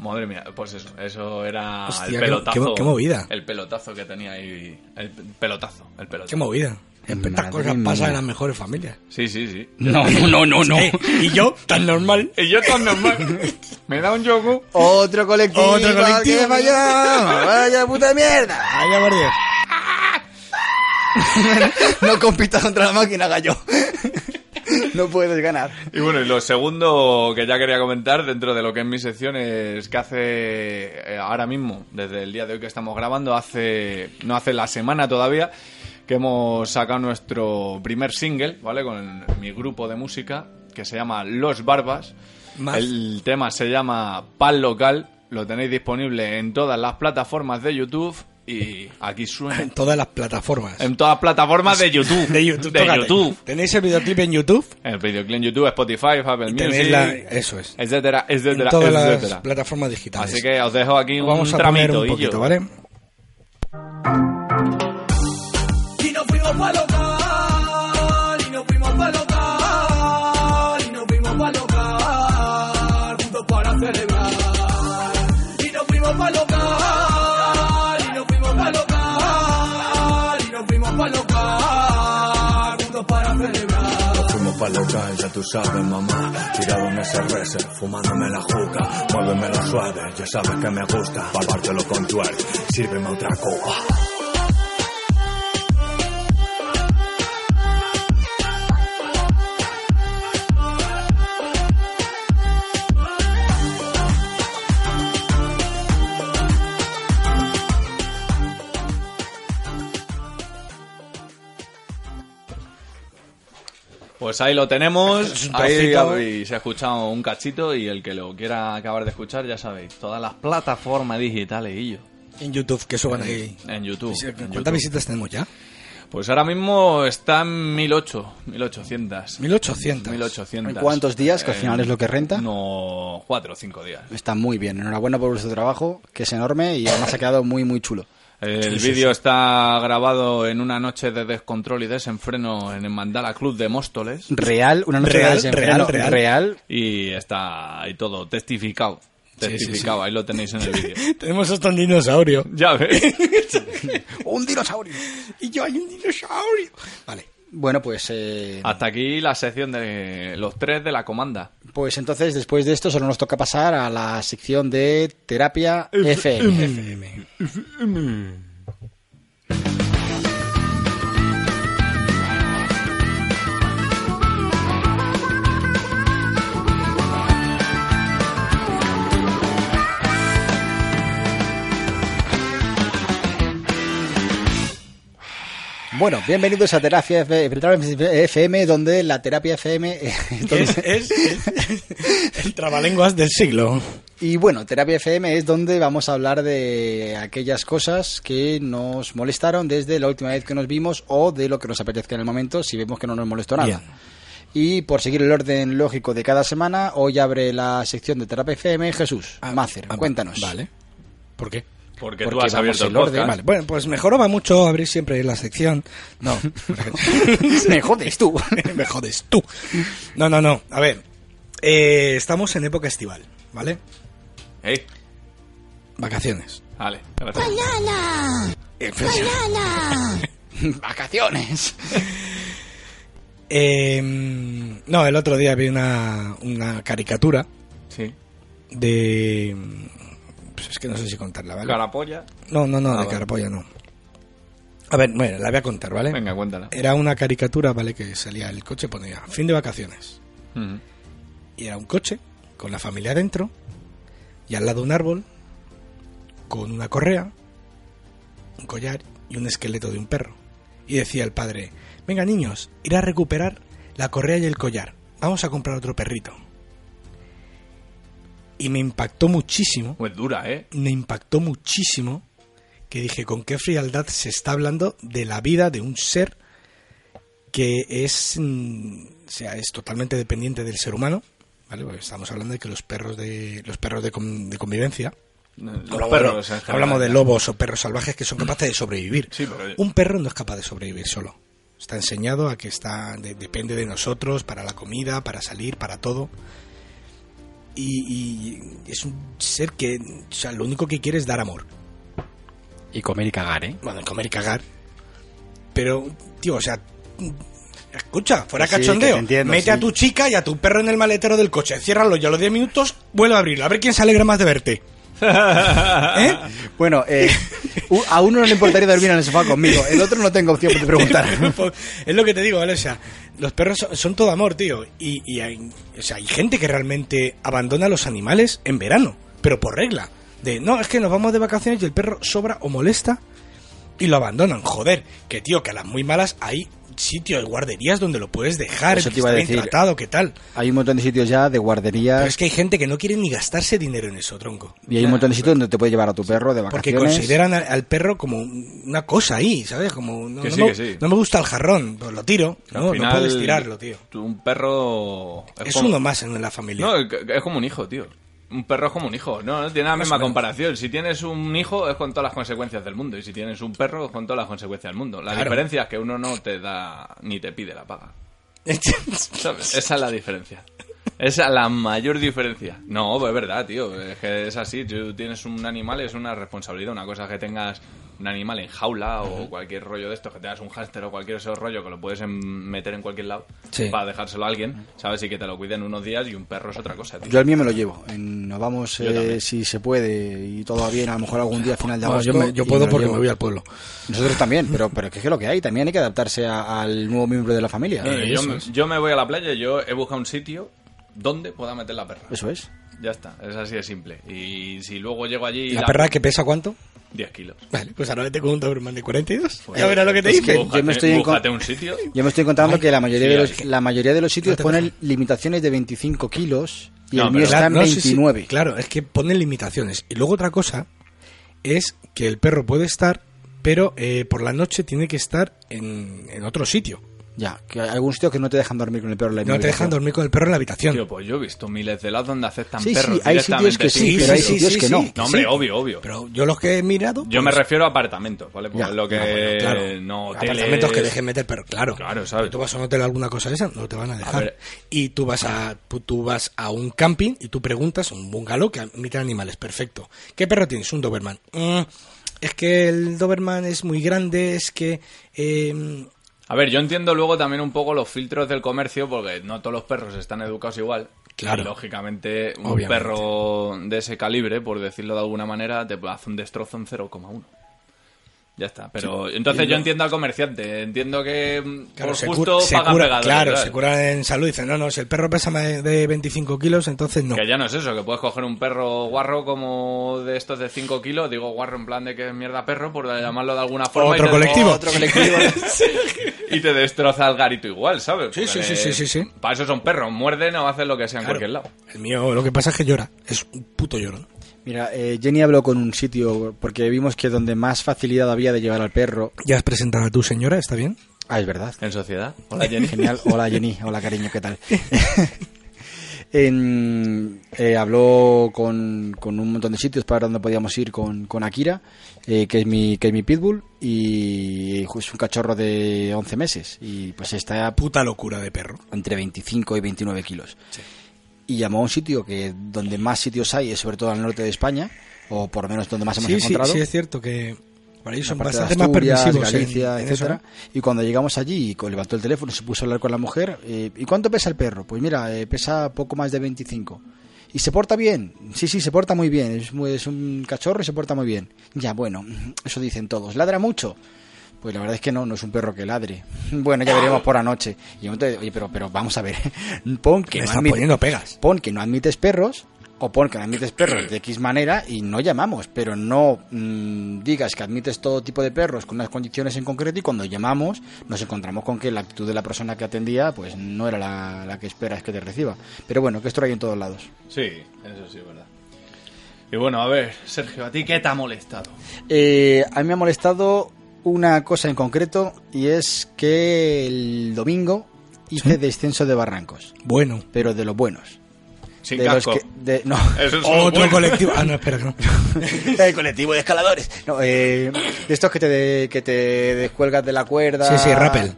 Speaker 1: Madre mía, pues eso, eso era
Speaker 2: Hostia,
Speaker 1: el
Speaker 2: qué-
Speaker 1: pelotazo.
Speaker 2: qué- qué movida.
Speaker 1: El pelotazo que tenía ahí. El pelotazo, el pelotazo.
Speaker 2: Qué movida. Estas
Speaker 6: Madre
Speaker 2: cosas
Speaker 6: mía.
Speaker 2: pasan en las mejores familias.
Speaker 1: Sí, sí, sí.
Speaker 6: No, no, no, no, no.
Speaker 2: Eh, y yo, tan normal.
Speaker 1: Y yo tan normal. me da un yogur.
Speaker 6: Otro colectivo.
Speaker 2: Otro colectivo.
Speaker 6: que falló. Vaya puta mierda.
Speaker 2: Vaya por Dios.
Speaker 6: No compitas contra la máquina, gallo. No puedes ganar.
Speaker 1: Y bueno, y lo segundo que ya quería comentar dentro de lo que es mi sección es que hace eh, ahora mismo, desde el día de hoy que estamos grabando, hace no hace la semana todavía que hemos sacado nuestro primer single, ¿vale? Con mi grupo de música que se llama Los Barbas.
Speaker 2: Más.
Speaker 1: El tema se llama Pan Local, lo tenéis disponible en todas las plataformas de YouTube y aquí
Speaker 2: En
Speaker 1: suena
Speaker 2: todas las plataformas.
Speaker 1: en todas las plataformas de YouTube,
Speaker 2: De YouTube.
Speaker 1: de
Speaker 2: tócate.
Speaker 1: YouTube.
Speaker 2: Tenéis el videoclip en YouTube.
Speaker 1: El videoclip en YouTube, Spotify, Apple Music,
Speaker 2: Tenéis la- eso es.
Speaker 1: etcétera,
Speaker 2: En
Speaker 1: etcétera,
Speaker 2: todas las
Speaker 1: etcétera.
Speaker 2: plataformas digitales.
Speaker 1: Así que os dejo aquí un
Speaker 2: vamos a poner
Speaker 1: tramito,
Speaker 2: un poquito,
Speaker 1: Illo.
Speaker 2: ¿vale?
Speaker 8: Y nos fuimos pa' local, y nos fuimos pa' local, y nos fuimos pa' local, juntos para celebrar. Y nos fuimos pa' local, y nos fuimos pa' local, y nos fuimos pa' para local, juntos para celebrar.
Speaker 9: Nos fuimos pa' local, ya tú sabes, mamá. Tirado en ese reser, fumándome la juca. Muévemelo suave, ya sabes que me gusta. Palpártelo con twerk, sírveme otra copa.
Speaker 1: Pues ahí lo
Speaker 2: Es
Speaker 1: tenemos.
Speaker 2: un
Speaker 1: Ahí
Speaker 2: trocito.
Speaker 1: habéis escuchado un cachito y el que lo quiera acabar de escuchar, ya sabéis, todas las plataformas digitales y yo.
Speaker 2: En YouTube, que suban ahí.
Speaker 1: En YouTube. en
Speaker 2: ¿Cuántas
Speaker 1: YouTube.
Speaker 2: visitas tenemos ya?
Speaker 1: Pues ahora mismo están 1008, 1800.
Speaker 2: 1800.
Speaker 1: 1800.
Speaker 6: ¿En cuántos días? Que al final es lo que renta.
Speaker 1: Eh, No, cuatro o cinco días.
Speaker 6: Está muy bien. Enhorabuena por vuestro trabajo, que es enorme y además ha quedado muy, muy chulo.
Speaker 1: El vídeo está grabado en una noche de descontrol y desenfreno en el Mandala Club de Móstoles.
Speaker 6: Real, una noche
Speaker 2: Real,
Speaker 6: de desenfreno,
Speaker 2: real, real.
Speaker 1: Y está ahí todo testificado.
Speaker 2: sí, sí.
Speaker 1: Testificado, ahí lo tenéis en el vídeo.
Speaker 2: Tenemos hasta un dinosaurio.
Speaker 1: ya ves.
Speaker 6: Un dinosaurio.
Speaker 2: Y yo, hay un dinosaurio. Vale.
Speaker 6: Bueno, pues, eh,
Speaker 2: Ah.
Speaker 1: Hasta aquí la sección de los tres de la comanda.
Speaker 6: pues entonces después de esto solo nos toca pasar a la sección de terapia
Speaker 2: Em,
Speaker 6: FM. Bueno, bienvenidos a Terapia F- FM, donde la terapia FM... eh, donde-
Speaker 2: Es, es, es el trabalenguas del siglo.
Speaker 6: Y bueno, Terapia FM es donde vamos a hablar de aquellas cosas que nos molestaron desde la última vez que nos vimos o de lo que nos apetezca en el momento si vemos que no nos molestó nada.
Speaker 2: Bien.
Speaker 6: Y por seguir el orden lógico de cada semana, hoy abre la sección de Terapia FM Jesús Mácer.
Speaker 2: Ah,
Speaker 6: cuéntanos.
Speaker 2: Vale. ¿Por qué?
Speaker 1: Porque, tú
Speaker 6: Porque
Speaker 1: has
Speaker 6: vamos
Speaker 1: abierto el
Speaker 6: en orden,
Speaker 1: podcast.
Speaker 2: Vale, bueno, pues mejoraba mucho abrir siempre la sección. No.
Speaker 6: Me jodes tú.
Speaker 2: Me jodes tú. No, no, no. A ver. eh, estamos en época estival, ¿vale?
Speaker 1: Ey,
Speaker 2: Vacaciones.
Speaker 1: vale, gracias.
Speaker 2: Eh, pues,
Speaker 6: Vacaciones.
Speaker 2: eh, no, el otro día vi una, una caricatura
Speaker 1: Sí.
Speaker 2: de... Pues es que no sé si contarla, ¿vale?
Speaker 1: Carapolla.
Speaker 2: No, no, no,
Speaker 1: Ah,
Speaker 2: de
Speaker 1: vale.
Speaker 2: Carapolla no. A ver, bueno, la voy a contar, ¿vale?
Speaker 1: Venga, cuéntala.
Speaker 2: Era una caricatura, ¿vale? Que salía el coche, ponía fin de vacaciones.
Speaker 1: Ujú.
Speaker 2: Y era un coche con la familia dentro y al lado un árbol con una correa, un collar y un esqueleto de un perro. Y decía el padre, venga niños, ir a recuperar la correa y el collar. Vamos a comprar otro perrito. Y me impactó muchísimo
Speaker 1: Pues dura, ¿eh?
Speaker 2: me impactó muchísimo que dije con qué frialdad se está hablando de la vida de un ser que es mm, o sea, es totalmente dependiente del ser humano, ¿vale? Porque estamos hablando de que los perros de los perros de, con- de convivencia
Speaker 1: Los
Speaker 2: hablamos,
Speaker 1: perros,
Speaker 2: bueno,
Speaker 1: en general.
Speaker 2: hablamos de lobos o perros salvajes que son capaces de sobrevivir.
Speaker 1: Sí, pero-
Speaker 2: Un perro no es capaz de sobrevivir solo. Está enseñado a que está de- depende de nosotros para la comida, para salir, para todo. Y, y es un ser que, o sea, lo único que quiere es dar amor.
Speaker 6: Y comer y cagar, ¿eh?
Speaker 2: Bueno, comer y cagar. Pero, tío, o sea, escucha, fuera
Speaker 6: Que sí, que
Speaker 2: cachondeo.
Speaker 6: te entiendo,
Speaker 2: Mete
Speaker 6: sí.
Speaker 2: a tu chica y a tu perro en el maletero del coche, ciérralo ya a los 10 minutos, vuelve a abrirlo, a ver quién se alegra más de verte. ¿Eh?
Speaker 6: Bueno, eh, u- a uno no le importaría dormir en el sofá conmigo, el otro no tengo opción de preguntar.
Speaker 2: es lo que te digo, ¿vale? O sea, los perros son, son todo amor, tío. Y, y hay, o sea, hay gente que realmente abandona a los animales en verano, pero por regla. De, no, es que nos vamos de vacaciones y el perro sobra o molesta y lo abandonan. Joder, que tío, que a las muy malas hay sitios, hay guarderías donde lo puedes dejar,
Speaker 6: Eso
Speaker 2: que
Speaker 6: te iba a
Speaker 2: está bien
Speaker 6: decir.
Speaker 2: tratado, ¿qué tal?
Speaker 6: Hay un montón de sitios ya de guarderías
Speaker 2: Pero es que hay gente que no quiere ni gastarse dinero en eso, tronco.
Speaker 6: y hay un montón de sitios donde te puedes llevar a tu perro de
Speaker 2: Porque
Speaker 6: vacaciones.
Speaker 2: consideran al, al perro como un- una cosa ahí, ¿sabes? Como no,
Speaker 1: Que
Speaker 2: no
Speaker 1: sí,
Speaker 2: me,
Speaker 1: que sí.
Speaker 2: no me gusta el jarrón, pues lo tiro.
Speaker 1: Al
Speaker 2: No,
Speaker 1: final,
Speaker 2: no puedes tirarlo, tío.
Speaker 1: tú, Un perro.
Speaker 2: Es
Speaker 1: como-
Speaker 2: uno más en la familia.
Speaker 1: No, es es como un hijo, tío. Un perro es como un hijo. No, no tiene la
Speaker 2: Más o
Speaker 1: misma
Speaker 2: Pues menos.
Speaker 1: comparación. Si tienes un hijo, es con todas las consecuencias del mundo. Y si tienes un perro, es con todas las consecuencias del mundo. La
Speaker 2: Claro.
Speaker 1: diferencia es que uno no te da ni te pide la paga. ¿Sabes? Esa es la diferencia. Esa es la mayor diferencia. No, pues es verdad, tío. Es que es así. Tú tienes un animal, es una responsabilidad. Una cosa es que tengas un animal en jaula o cualquier rollo de estos, que tengas un hámster o cualquier ese rollo que lo puedes en- meter en cualquier lado
Speaker 6: Sí.
Speaker 1: para dejárselo a alguien, ¿sabes? Y que te lo cuiden unos días y un perro es otra cosa, tío.
Speaker 6: Yo al mío me lo llevo. En- nos vamos
Speaker 1: Yo
Speaker 6: eh,
Speaker 1: también.
Speaker 6: si se puede y todo va bien, a lo mejor algún día a final de
Speaker 2: Vamos,
Speaker 6: agosto.
Speaker 2: Ah, yo me- yo
Speaker 6: y
Speaker 2: puedo
Speaker 6: lo
Speaker 2: porque
Speaker 6: llevo.
Speaker 2: me voy al pueblo.
Speaker 6: Nosotros también, pero, pero es que es lo que hay. También hay que adaptarse a- al nuevo miembro de la familia.
Speaker 1: Eh, yo, me, yo me voy a la playa, yo he buscado un sitio donde pueda meter la perra.
Speaker 6: Eso es.
Speaker 1: Ya está, es así de simple. Y si luego llego allí... y
Speaker 2: ¿La perra que pesa cuánto?
Speaker 1: 10 kilos.
Speaker 2: Vale, pues ahora vete con un Doberman de 42.
Speaker 6: Pues,
Speaker 2: ya verás lo que te dicen.
Speaker 1: Bújate,
Speaker 6: Yo me estoy en con-
Speaker 1: bújate un sitio.
Speaker 6: Yo me estoy contando que la mayoría,
Speaker 1: sí,
Speaker 6: de los,
Speaker 1: es que-
Speaker 6: la mayoría de los sitios
Speaker 2: No te
Speaker 6: ponen limitaciones de 25 kilos y
Speaker 1: No,
Speaker 6: el mío
Speaker 1: pero-
Speaker 6: está en
Speaker 2: no, sí, sí,
Speaker 6: 29.
Speaker 2: claro, es que ponen limitaciones. Y luego otra cosa es que el perro puede estar, pero eh, por la noche tiene que estar en, en otro sitio.
Speaker 6: Ya, que hay algunos sitios que no te dejan dormir con el perro en la
Speaker 2: No te dejan
Speaker 6: habitación.
Speaker 2: dormir con el perro en la habitación.
Speaker 1: Tío, pues yo he visto miles de lados donde aceptan
Speaker 6: Sí,
Speaker 1: perros
Speaker 6: sí, hay sitios que
Speaker 1: directamente,
Speaker 6: sí,
Speaker 1: tío.
Speaker 6: pero hay sitios que no.
Speaker 1: No, hombre,
Speaker 2: sí.
Speaker 1: obvio, obvio.
Speaker 2: Pero yo los que he mirado...
Speaker 1: Yo me
Speaker 2: pues,
Speaker 1: refiero a apartamentos, ¿vale? Porque
Speaker 6: Ya,
Speaker 1: lo que
Speaker 6: ah, bueno,
Speaker 2: claro.
Speaker 1: no hoteles-
Speaker 2: apartamentos que dejen meter perro, claro.
Speaker 1: Claro, ¿sabes?
Speaker 2: Tú vas a un hotel alguna cosa de esa, no te van a dejar.
Speaker 1: ver.
Speaker 2: y tú vas a tú- tú vas a un camping y tú preguntas un bungalow que admite animales, perfecto. ¿Qué perro tienes? Un Doberman. "Mm, es que el Doberman es muy grande, es que eh,
Speaker 1: A ver, yo entiendo luego también un poco los filtros del comercio, porque no todos los perros están educados igual.
Speaker 2: Claro.
Speaker 1: Y, lógicamente, un
Speaker 2: Obviamente.
Speaker 1: perro de ese calibre, por decirlo de alguna manera, te hace un destrozo en 0,1. Ya está, pero entonces yo entiendo al comerciante, entiendo que mm,
Speaker 2: claro,
Speaker 1: por
Speaker 2: se,
Speaker 1: justo
Speaker 2: cur- se
Speaker 1: paga
Speaker 2: cura,
Speaker 1: pegado,
Speaker 2: claro,
Speaker 1: ¿sabes?
Speaker 2: se cura en salud. Dicen, no, no, si el perro pesa más de 25 kilos, entonces no.
Speaker 1: Que ya no es eso, que puedes coger un perro guarro como de estos de 5 kilos, digo guarro en plan de que es mierda perro, por llamarlo de alguna forma. y
Speaker 2: Otro
Speaker 1: te-
Speaker 2: colectivo.
Speaker 1: Otro colectivo. y te destroza el garito igual, ¿sabes?
Speaker 2: Sí, sí,
Speaker 1: Porque
Speaker 2: sí, sí, sí, sí.
Speaker 1: Para eso son perros, muerden o hacen lo que sea en
Speaker 2: Claro.
Speaker 1: cualquier lado.
Speaker 2: El mío, lo que pasa es que llora, es un puto llorón.
Speaker 6: Mira, eh, Jenny habló con un sitio porque vimos que donde más facilidad había de llevar al perro.
Speaker 2: ¿Ya has presentado a tu señora? ¿Está bien?
Speaker 6: Ah, es verdad.
Speaker 1: En sociedad. Hola, Jenny.
Speaker 6: Genial. Hola Jenny, hola cariño, ¿qué tal? En- eh, habló con, con un montón de sitios para donde podíamos ir con, con Akira, eh, que, es mi, que es mi pitbull, y es un cachorro de 11 meses. Y pues está
Speaker 2: Puta locura de perro.
Speaker 6: entre 25 y 29 kilos. Y llamó a un sitio que donde más sitios hay es sobre todo al norte de España, o por lo menos donde más hemos
Speaker 2: sí, sí,
Speaker 6: encontrado.
Speaker 2: sí, es cierto que para ellos
Speaker 6: la
Speaker 2: son
Speaker 6: parte de
Speaker 2: bastante más
Speaker 6: Asturias,
Speaker 2: permisivos. en-
Speaker 6: Galicia,
Speaker 2: en eso,
Speaker 6: etcétera. Y cuando llegamos allí, y co- levantó el teléfono, se puso a hablar con la mujer. eh, ¿Y cuánto pesa el perro? Pues mira, eh, pesa poco más de 25. ¿Y se porta bien? Sí, sí, se porta muy bien. Es, muy- es un cachorro y se porta muy bien. Ya, bueno, eso dicen todos. ¿Ladra mucho? Pues la verdad es que no, no es un perro que ladre. Bueno, ya veremos por anoche. Y yo entonces, oye, pero, pero vamos a ver. Pon que
Speaker 2: Le
Speaker 6: no
Speaker 2: están
Speaker 6: admite-
Speaker 2: poniendo pegas.
Speaker 6: pon que no admites perros o pon que no admites perros de X manera y no llamamos, pero no mm, digas que admites todo tipo de perros con unas condiciones en concreto y cuando llamamos nos encontramos con que la actitud de la persona que atendía pues no era la, la que esperas que te reciba. Pero bueno, que esto lo hay en todos lados.
Speaker 1: Sí, eso sí, es verdad. Y bueno, a ver, Sergio, ¿a ti qué te ha molestado?
Speaker 6: Eh, a mí me ha molestado una cosa en concreto y es que el domingo hice descenso de barrancos,
Speaker 2: Bueno,
Speaker 6: pero de los buenos.
Speaker 1: Sin
Speaker 6: de los
Speaker 1: casco.
Speaker 6: que- de- no.
Speaker 1: Eso es
Speaker 2: otro
Speaker 1: lo bueno.
Speaker 2: colectivo. Ah, no, espera, que no.
Speaker 6: El colectivo de escaladores. No, eh, de estos que te, que te descuelgas de la cuerda.
Speaker 2: Sí, sí, rappel.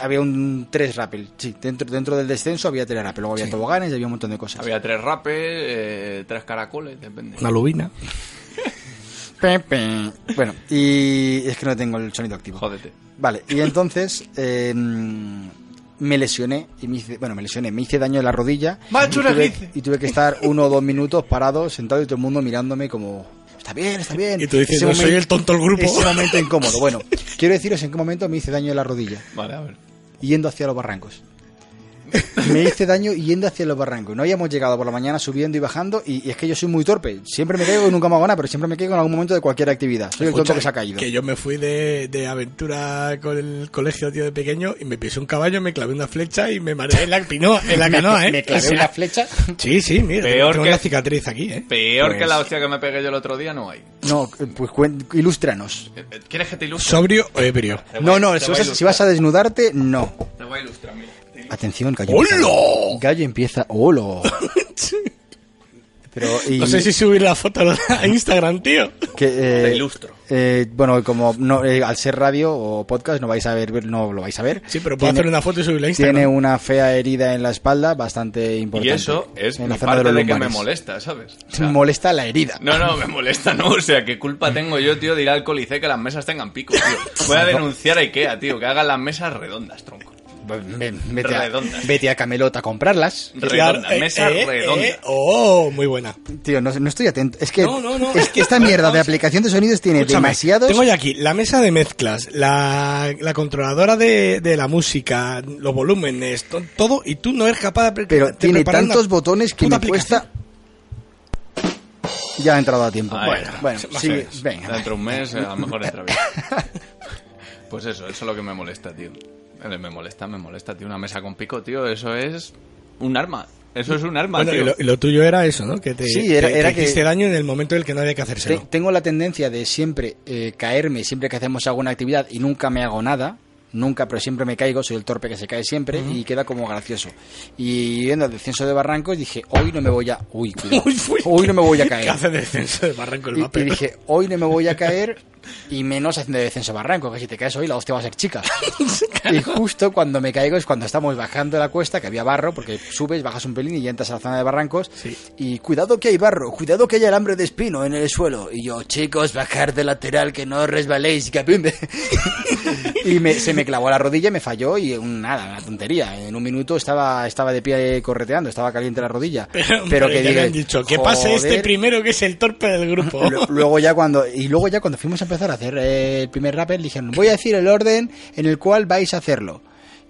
Speaker 6: Había un tres rappel, sí. Dentro, dentro del descenso había tres rappel. Luego había
Speaker 2: Sí.
Speaker 6: toboganes y había un montón de cosas.
Speaker 1: Había tres rapes, eh, tres caracoles, depende.
Speaker 2: Una lubina.
Speaker 6: Pe, pe. Bueno, y es que no tengo el sonido activo.
Speaker 1: Jódete.
Speaker 6: Vale, y entonces eh, me lesioné. Y me hice, bueno, me lesioné, me hice daño en la rodilla.
Speaker 1: Macho,
Speaker 6: y, tuve,
Speaker 1: narices.
Speaker 6: y tuve que estar uno o dos minutos parado, sentado y todo el mundo mirándome como... Está bien, está bien.
Speaker 2: Y tú diciendo,
Speaker 6: Ese
Speaker 2: "Soy el tonto del grupo".
Speaker 6: Ese momento incómodo. Bueno, quiero deciros en qué momento me hice daño en la rodilla.
Speaker 1: Vale, a ver.
Speaker 6: yendo hacia los barrancos. Me hice daño yendo hacia los barrancos. No habíamos llegado por la mañana subiendo y bajando. Y, y es que yo soy muy torpe. Siempre me caigo y nunca me hago nada, pero siempre me caigo en algún momento de cualquier actividad. Soy el tonto
Speaker 2: Escucha,
Speaker 6: que se ha caído.
Speaker 2: Que yo me fui de, de aventura con el colegio, tío, de pequeño, y me pisé un caballo, me clavé una flecha y me mareé en la, pinoa- en la canoa, ¿eh?
Speaker 6: Me clavé
Speaker 2: O sea,
Speaker 6: una flecha.
Speaker 2: Sí, sí, mira.
Speaker 1: Peor
Speaker 2: tengo
Speaker 1: que-
Speaker 2: una cicatriz aquí, ¿eh?
Speaker 1: Peor
Speaker 6: Pues-
Speaker 1: que la hostia que me pegué yo el otro día no hay.
Speaker 6: No, pues cuen- ilústranos.
Speaker 1: Eh, eh, ¿Quieres que te ilustre?
Speaker 2: Sobrio o ebrio.
Speaker 1: Te voy-
Speaker 6: No, no,
Speaker 1: te
Speaker 6: si
Speaker 1: voy
Speaker 6: vas, a,
Speaker 1: ilustrar.
Speaker 6: si vas a desnudarte, no.
Speaker 1: Te voy a ilustrar, mira.
Speaker 6: Atención, gallo.
Speaker 2: ¡Hola!
Speaker 6: Gallo empieza. ¡Holo! Pero, y-
Speaker 2: No sé si subir la foto a Instagram, tío.
Speaker 6: que, eh,
Speaker 2: Te ilustro.
Speaker 6: eh, bueno, como no, eh, al ser radio o podcast no vais a ver, no lo vais a ver.
Speaker 2: Sí, pero puedo hacer una foto y subirla a Instagram.
Speaker 6: Tiene una fea herida en la espalda, bastante
Speaker 1: Y
Speaker 6: importante.
Speaker 1: eso es
Speaker 6: en
Speaker 1: mi
Speaker 6: la zona
Speaker 1: parte
Speaker 6: los
Speaker 1: de que me
Speaker 6: lumbares.
Speaker 1: molesta, ¿sabes? O
Speaker 6: Te
Speaker 1: sea,
Speaker 6: molesta la herida.
Speaker 1: No, no, me molesta, ¿no? O sea, ¿qué culpa tengo yo, tío, de ir al coliseo y que las mesas tengan pico, tío? Voy a denunciar a Ikea, tío, que hagan las mesas redondas, tronco.
Speaker 6: Ven, vete, a,
Speaker 1: Redondas.
Speaker 6: vete a Camelot a comprarlas.
Speaker 1: Redondas,
Speaker 2: Eh,
Speaker 1: mesas
Speaker 2: eh,
Speaker 1: redondas.
Speaker 2: eh, oh, muy buena.
Speaker 6: Tío, no, no estoy atento. Es que,
Speaker 2: No, no, no.
Speaker 6: es que esta mierda de aplicación de sonidos tiene
Speaker 2: Escúchame,
Speaker 6: demasiados.
Speaker 2: Tengo ya aquí la mesa de mezclas, la, la controladora de, de la música, los volúmenes, to- todo, y tú no eres capaz de, pre-
Speaker 6: Pero
Speaker 2: de
Speaker 6: tiene
Speaker 2: preparar
Speaker 6: tantos
Speaker 2: una
Speaker 6: botones que
Speaker 2: puta
Speaker 6: me
Speaker 2: aplicación.
Speaker 6: cuesta. Ya ha entrado a tiempo.
Speaker 1: Ahí
Speaker 6: bueno,
Speaker 1: está.
Speaker 6: bueno,
Speaker 2: Más
Speaker 6: sigue.
Speaker 2: o menos.
Speaker 6: Venga.
Speaker 1: Dentro de un mes, eh, a lo mejor entra bien. Pues eso, eso es lo que me molesta, tío. Eh, Me molesta, me molesta, tío. Una mesa con pico, tío, eso es un arma. Eso es un arma,
Speaker 2: Bueno,
Speaker 1: tío.
Speaker 2: y lo, y lo tuyo era eso, ¿no? Que te,
Speaker 6: Sí, era-
Speaker 2: te- te
Speaker 6: era que-
Speaker 2: hiciste daño en el momento en el que no había que hacérselo.
Speaker 6: Te- tengo la tendencia de siempre eh, caerme siempre que hacemos alguna actividad y nunca me hago nada. Nunca, pero siempre me caigo, soy el torpe que se cae siempre y queda como gracioso. Y viendo el descenso de barrancos dije, hoy no me voy a... Uy, cuidado.
Speaker 2: Uy, uy.
Speaker 6: hoy no me voy a
Speaker 2: ¿Qué
Speaker 6: caer.
Speaker 2: hace descenso de barranco el
Speaker 6: Y,
Speaker 2: mapa?
Speaker 6: y dije, hoy no me voy a caer y menos haciendo descenso a barranco, que si te caes hoy la hostia va a ser chica. y justo cuando me caigo es cuando estamos bajando la cuesta, que había barro, porque subes, bajas un pelín y ya entras a la zona de barrancos. Y cuidado que hay barro, cuidado que hay alambre de espino en el suelo. Y yo, chicos, bajar de lateral, que no os resbaléis, que apinde. y me- se me clavó la rodilla, me falló y un- nada, una tontería. En un minuto estaba, estaba de pie correteando, estaba caliente la rodilla. Pero, que
Speaker 2: ya le
Speaker 6: diga,
Speaker 2: han dicho, que pase este
Speaker 6: "Joder,
Speaker 2: primero que es el torpe del grupo.
Speaker 6: Lu- luego ya cuando y luego ya cuando fuimos a empezar a hacer eh, el primer rapper dijeron voy a decir el orden en el cual vais a hacerlo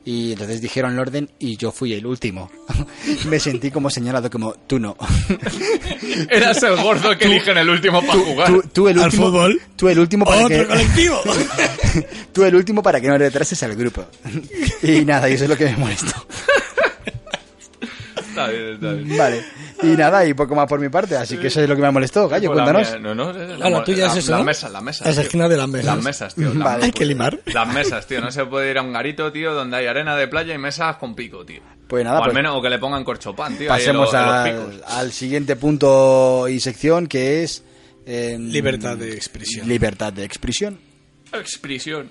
Speaker 6: y entonces dijeron el orden y yo fui el último me sentí como señalado como tú no
Speaker 1: Eras el gordo que elige en el último para jugar.
Speaker 6: tú, tú el
Speaker 2: ¿Al
Speaker 6: último
Speaker 2: fútbol?
Speaker 6: tú el último para
Speaker 2: ¡Otro
Speaker 6: que
Speaker 2: colectivo!
Speaker 6: tú el último para que no retrases al grupo y nada y eso es lo que me molestó
Speaker 1: Está bien, está bien.
Speaker 6: vale y nada y poco más por mi parte así que eso es lo que me molestó gallo
Speaker 1: Pues la
Speaker 6: cuéntanos
Speaker 1: mía- No, no, la,
Speaker 2: Ah, la tuya es eso,
Speaker 1: Las
Speaker 2: ¿no?
Speaker 1: mesas, las mesas.
Speaker 2: Las
Speaker 1: tío.
Speaker 2: esquinas de las mesas.
Speaker 1: Las mesas, tío. las
Speaker 6: Vale.
Speaker 1: mesas.
Speaker 2: Hay que limar.
Speaker 1: Las mesas, tío. No se puede ir a un garito, tío, donde hay arena de playa y mesas con pico, tío.
Speaker 6: Pues nada,
Speaker 1: o al
Speaker 6: pues-
Speaker 1: menos o que le pongan corchopán, tío. ahí en
Speaker 6: pasemos
Speaker 1: los- en los
Speaker 6: al,
Speaker 1: picos.
Speaker 6: al siguiente punto y sección que es eh,
Speaker 2: Libertad de expresión.
Speaker 6: libertad de expresión
Speaker 1: Exprisión.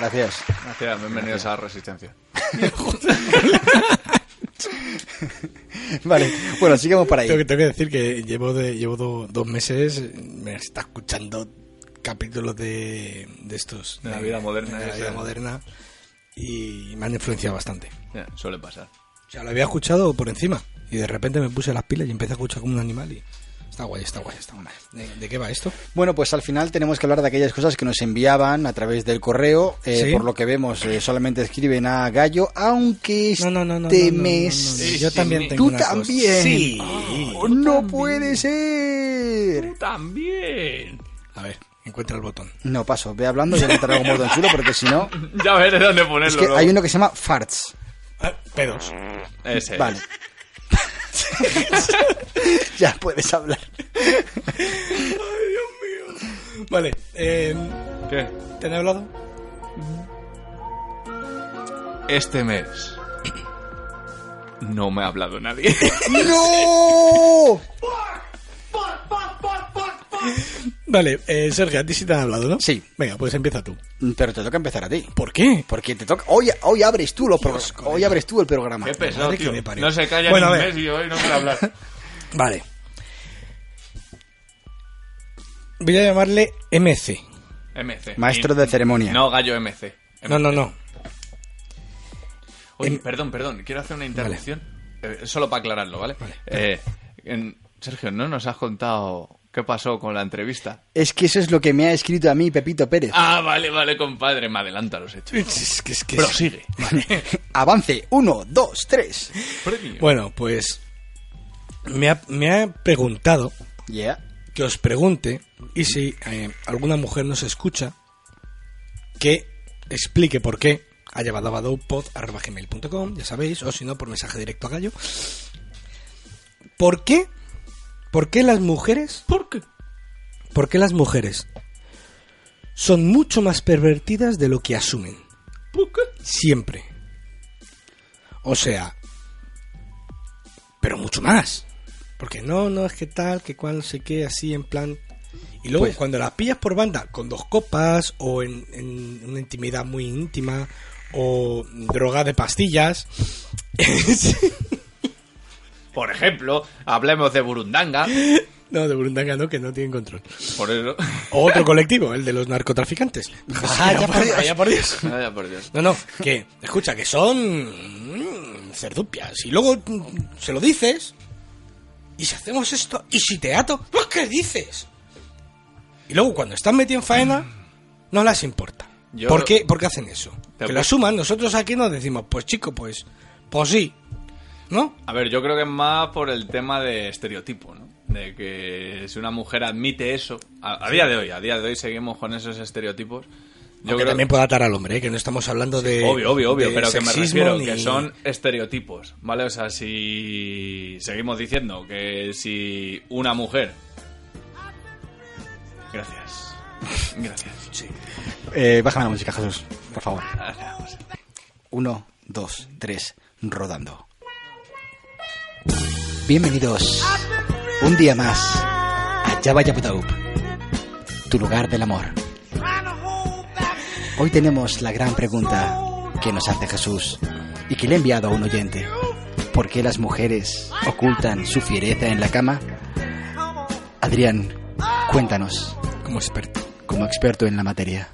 Speaker 6: gracias
Speaker 1: Gracias, bienvenidos a Resistencia.
Speaker 6: vale bueno sigamos por
Speaker 2: Tengo que,
Speaker 6: ahí
Speaker 2: tengo que decir que llevo, de, llevo do- dos meses, me está escuchando capítulos de, de estos.
Speaker 1: De la vida moderna,
Speaker 2: de la vida
Speaker 1: esa.
Speaker 2: moderna. Y me han influenciado bastante.
Speaker 1: Ya, suele pasar.
Speaker 2: O sea, lo había escuchado por encima. Y de repente me puse las pilas y empecé a escuchar como un animal. Y está guay, está guay, está guay. ¿De, de qué va esto?
Speaker 6: bueno pues al final tenemos que hablar de aquellas cosas que nos enviaban a través del correo eh,
Speaker 2: Sí.
Speaker 6: por lo que vemos eh, solamente escriben a gallo aunque este
Speaker 2: No, no, no, no. no, no, no,
Speaker 6: mes
Speaker 2: no, no. Yo
Speaker 1: Este
Speaker 2: también
Speaker 1: mes.
Speaker 2: tengo
Speaker 6: tú
Speaker 2: una cosa.
Speaker 6: también
Speaker 2: Sí.
Speaker 6: Oh, no puede ser
Speaker 1: también.
Speaker 2: A ver, encuentra el botón.
Speaker 6: no paso ve hablando yo no te traigo mordo en chulo porque si no
Speaker 1: Ya veré dónde ponerlo.
Speaker 6: es que
Speaker 1: luego.
Speaker 6: hay uno que se llama farts
Speaker 2: Ah, pedos.
Speaker 1: Ese.
Speaker 6: Vale. ya puedes hablar.
Speaker 2: Vale, eh,
Speaker 1: ¿Qué?
Speaker 2: ¿te han hablado?
Speaker 1: Este mes. No me ha hablado nadie.
Speaker 6: ¡No!
Speaker 2: Vale, eh, Sergio, a ti sí te han hablado, ¿no?
Speaker 6: Sí.
Speaker 2: Venga, pues empieza tú.
Speaker 6: Mm, Pero te toca empezar a ti.
Speaker 2: ¿Por qué?
Speaker 6: Porque te toca. Hoy, hoy abres tú los pro- Hoy abres tú el programa.
Speaker 1: Qué pesado,
Speaker 2: madre que
Speaker 1: tío.
Speaker 2: me parió.
Speaker 1: No se calla
Speaker 2: Bueno,
Speaker 1: ni
Speaker 2: a
Speaker 1: un
Speaker 2: ver.
Speaker 1: mes y hoy no quiere hablar.
Speaker 2: Vale. Voy a llamarle MC.
Speaker 1: MC.
Speaker 6: Maestro de ceremonia.
Speaker 1: No, gallo MC.
Speaker 2: No, no, no.
Speaker 1: Oye,
Speaker 2: Em-
Speaker 1: perdón, perdón, quiero hacer una interrupción. eh, solo para aclararlo, ¿vale? Eh, en- Sergio, ¿no nos has contado qué pasó con la entrevista?
Speaker 6: Es que eso es lo que me ha escrito a mí Pepito Pérez.
Speaker 1: Ah, vale, vale, compadre, me adelanta los hechos.
Speaker 2: Es que, es que-
Speaker 1: Prosigue.
Speaker 6: Avance. Uno, dos, tres.
Speaker 1: Premio.
Speaker 2: Bueno, pues me ha, me ha preguntado
Speaker 6: Yeah.
Speaker 2: que os pregunte y si eh, alguna mujer nos escucha, que explique por qué ha llevado a badopod@gmail.com, ya sabéis, o si no, por mensaje directo a Gallo. ¿Por qué? ¿Por qué las mujeres?
Speaker 7: ¿Por qué?
Speaker 2: ¿Por qué las mujeres son mucho más pervertidas de lo que asumen?
Speaker 7: ¿Por qué?
Speaker 2: Siempre. O sea, pero mucho más. Porque no, no es que tal, que cual, no sé qué, así en plan. Y luego,
Speaker 6: Pues-
Speaker 2: cuando las pillas por banda, con dos copas, o en, en una intimidad muy íntima, o droga de pastillas.
Speaker 1: Por ejemplo, hablemos de Burundanga.
Speaker 2: no, de Burundanga no, que no tienen control.
Speaker 1: Por eso.
Speaker 2: O otro colectivo, el de los narcotraficantes. Vaya por Dios. Vaya por Dios.
Speaker 1: Vaya por Dios.
Speaker 2: No, no, que, escucha, que son mm, cerdupias. Y luego mm, se lo dices. Y si hacemos esto, y si te ato, pues ¿qué dices? Y luego cuando están metidos en faena, no las importa.
Speaker 1: Mm. Yo-
Speaker 2: ¿Por, qué, por qué hacen eso?
Speaker 1: Te
Speaker 2: Que
Speaker 1: apu-
Speaker 2: lo asuman, nosotros aquí nos decimos, pues chico, pues, pues sí. ¿No?
Speaker 1: A ver, yo creo que es más por el tema de estereotipo, ¿no? De que si una mujer admite eso, a, a día de hoy, a día de hoy seguimos con esos estereotipos. Yo
Speaker 2: Aunque
Speaker 1: creo
Speaker 2: también puede atar al hombre, ¿eh? que no estamos hablando de...
Speaker 1: Obvio, obvio, obvio,
Speaker 2: de
Speaker 1: pero que me
Speaker 2: sexismo
Speaker 1: refiero
Speaker 2: ni-
Speaker 1: que son estereotipos, ¿vale? O sea, si seguimos diciendo que si una mujer... Gracias. Gracias.
Speaker 6: Eh, bájame la música, Jesús, por favor. Uno, dos, tres, rodando. Bienvenidos un día más a Java Yapataup, tu lugar del amor. Hoy tenemos la gran pregunta que nos hace Jesús y que le he enviado a un oyente. ¿Por qué las mujeres ocultan su fiereza en la cama? Adrián, cuéntanos,
Speaker 2: Como experto.
Speaker 6: como experto en la materia.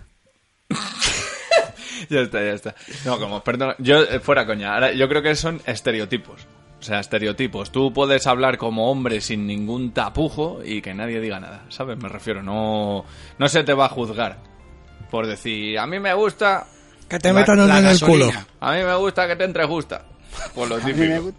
Speaker 1: Ya está, ya está. No, como, perdón, yo eh, fuera coña. Ahora, yo creo que son estereotipos. O sea, estereotipos. Tú puedes hablar como hombre sin ningún tapujo y que nadie diga nada, ¿sabes? Me refiero, no, no se te va a juzgar por decir, a mí me gusta,
Speaker 2: Que te
Speaker 6: La-
Speaker 2: metan
Speaker 6: la
Speaker 2: en el
Speaker 6: gasolina.
Speaker 2: culo.
Speaker 1: a mí me gusta que te entre justa. Por lo típico.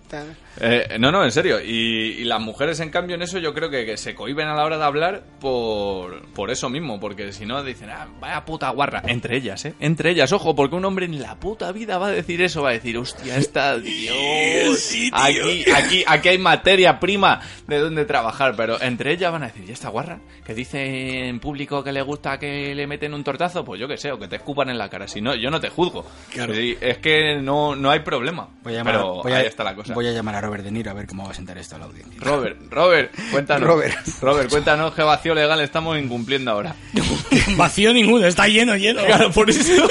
Speaker 1: Eh, no, no, en serio. Y, y las mujeres, en cambio, en eso yo creo que, que se cohiben a la hora de hablar por, por eso mismo. Porque si no, dicen, ah, vaya puta guarra. Entre ellas, ¿eh? Entre ellas, ojo, porque un hombre en la puta vida va a decir eso. Va a decir, hostia, esta Dios. aquí, aquí, aquí hay materia prima de donde trabajar. Pero entre ellas van a decir, ¿y esta guarra? Que dice en público que le gusta que le meten un tortazo. Pues yo qué sé, o que te escupan en la cara. Si no, yo no te juzgo.
Speaker 2: Claro.
Speaker 1: Sí, Es que no, no hay problema.
Speaker 6: Voy a llamar,
Speaker 1: pero
Speaker 6: voy a-
Speaker 1: ahí está la cosa.
Speaker 6: voy a llamar a Robert De Niro a ver cómo va a sentar esto a la audiencia.
Speaker 1: Robert, Robert, cuéntanos.
Speaker 6: Robert.
Speaker 1: Robert, cuéntanos qué vacío legal estamos incumpliendo ahora.
Speaker 2: Vacío ninguno, está lleno, lleno. Claro, por eso.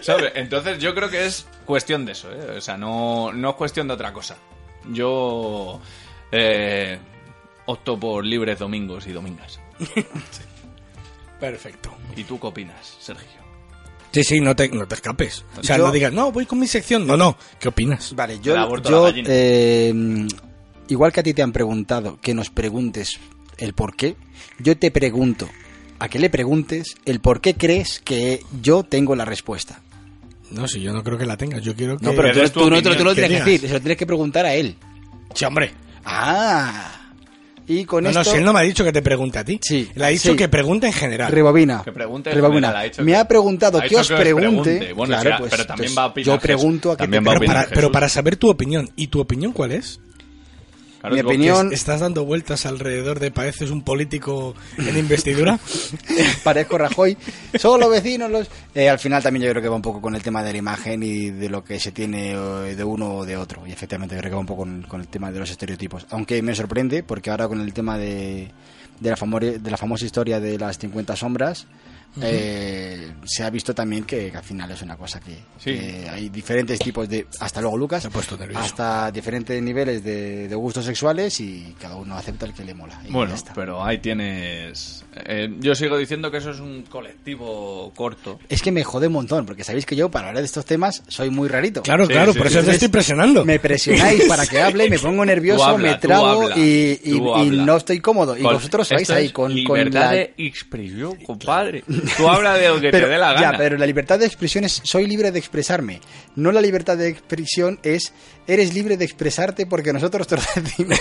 Speaker 1: ¿Sabes? Entonces yo creo que es cuestión de eso, ¿eh? O sea, no, no es cuestión de otra cosa. Yo eh, opto por libres domingos y domingas.
Speaker 2: Perfecto.
Speaker 1: ¿Y tú qué opinas, Sergio?
Speaker 2: Sí, sí, no te, no te escapes. O sea,
Speaker 6: Yo-
Speaker 2: no digas, no, voy con mi sección. No, no, ¿qué opinas?
Speaker 6: Vale,
Speaker 1: El
Speaker 6: yo,
Speaker 1: aborto a
Speaker 6: yo,
Speaker 1: la gallina.
Speaker 6: eh, igual que a ti te han preguntado que nos preguntes el por qué, yo te pregunto a que le preguntes el por qué crees que yo tengo la respuesta.
Speaker 2: No, si yo no creo que la tengas, yo quiero que...
Speaker 6: No, pero
Speaker 1: que des
Speaker 6: tú,
Speaker 1: tu
Speaker 6: tú no te lo-
Speaker 1: opinión,
Speaker 6: tú lo
Speaker 2: que
Speaker 6: tienes que
Speaker 2: digas.
Speaker 6: decir, se lo tienes que preguntar a él.
Speaker 2: Sí, hombre.
Speaker 6: Ah, y con
Speaker 2: No, no,
Speaker 6: esto
Speaker 2: si él no me ha dicho que te pregunte a ti.
Speaker 6: Sí,
Speaker 2: Le ha dicho
Speaker 6: sí.
Speaker 2: que pregunte en general.
Speaker 6: rebobina.
Speaker 1: Que pregunte,
Speaker 6: rebobina.
Speaker 1: general, ha dicho
Speaker 6: me
Speaker 1: que-
Speaker 6: ha preguntado
Speaker 1: ha
Speaker 6: que
Speaker 1: dicho
Speaker 6: os
Speaker 1: que os
Speaker 6: pregunte.
Speaker 1: pregunte. Bueno,
Speaker 6: Claro,
Speaker 1: será-
Speaker 6: pues,
Speaker 1: pero también
Speaker 6: entonces,
Speaker 1: va a opinar
Speaker 6: Yo
Speaker 1: Jesús.
Speaker 6: pregunto a que
Speaker 1: También
Speaker 6: te
Speaker 1: va a
Speaker 2: pero,
Speaker 1: opinar
Speaker 2: para,
Speaker 1: Jesús.
Speaker 2: pero para saber tu opinión. ¿Y tu opinión cuál es?
Speaker 1: Claro,
Speaker 6: Mi
Speaker 1: digo,
Speaker 2: Que
Speaker 6: opinión-
Speaker 2: es- ¿Estás dando vueltas alrededor de pareces un político en investidura?
Speaker 6: parezco Rajoy, solo los vecinos los... Eh, al final también yo creo que va un poco con el tema de la imagen y de lo que se tiene eh, de uno o de otro. Y efectivamente yo creo que va un poco con, con el tema de los estereotipos. Aunque me sorprende porque ahora con el tema de, de, la, famo- de la famosa historia de las 50 sombras... eh, se ha visto también que, que al final es una cosa que,
Speaker 1: Sí.
Speaker 6: que hay diferentes tipos de hasta luego Lucas
Speaker 2: Se ha puesto nervioso.
Speaker 6: hasta diferentes niveles de, de gustos sexuales y cada uno acepta el que le mola y
Speaker 1: Bueno,
Speaker 6: ya está.
Speaker 1: pero ahí tienes... eh, yo sigo diciendo que eso es un colectivo corto.
Speaker 6: Es que me jode un montón, porque sabéis que yo para hablar de estos temas soy muy rarito.
Speaker 2: Claro,
Speaker 1: Sí,
Speaker 2: claro,
Speaker 1: sí,
Speaker 2: por
Speaker 1: sí.
Speaker 2: eso te estoy presionando.
Speaker 6: Me presionáis para que hable, me pongo nervioso,
Speaker 1: Tú habla,
Speaker 6: me
Speaker 1: tú
Speaker 6: trago
Speaker 1: habla,
Speaker 6: y, y-
Speaker 1: tú
Speaker 6: y
Speaker 1: habla.
Speaker 6: no estoy cómodo. Y
Speaker 1: Con-
Speaker 6: vosotros vais
Speaker 1: esto
Speaker 6: ahí
Speaker 1: es
Speaker 6: con, con
Speaker 1: libertad
Speaker 6: la...
Speaker 1: de expresión, compadre. Tú habla de lo que
Speaker 6: pero,
Speaker 1: te dé la
Speaker 6: ya,
Speaker 1: gana.
Speaker 6: pero la libertad de expresión es soy libre de expresarme. No la libertad de expresión es eres libre de expresarte porque nosotros te lo decimos.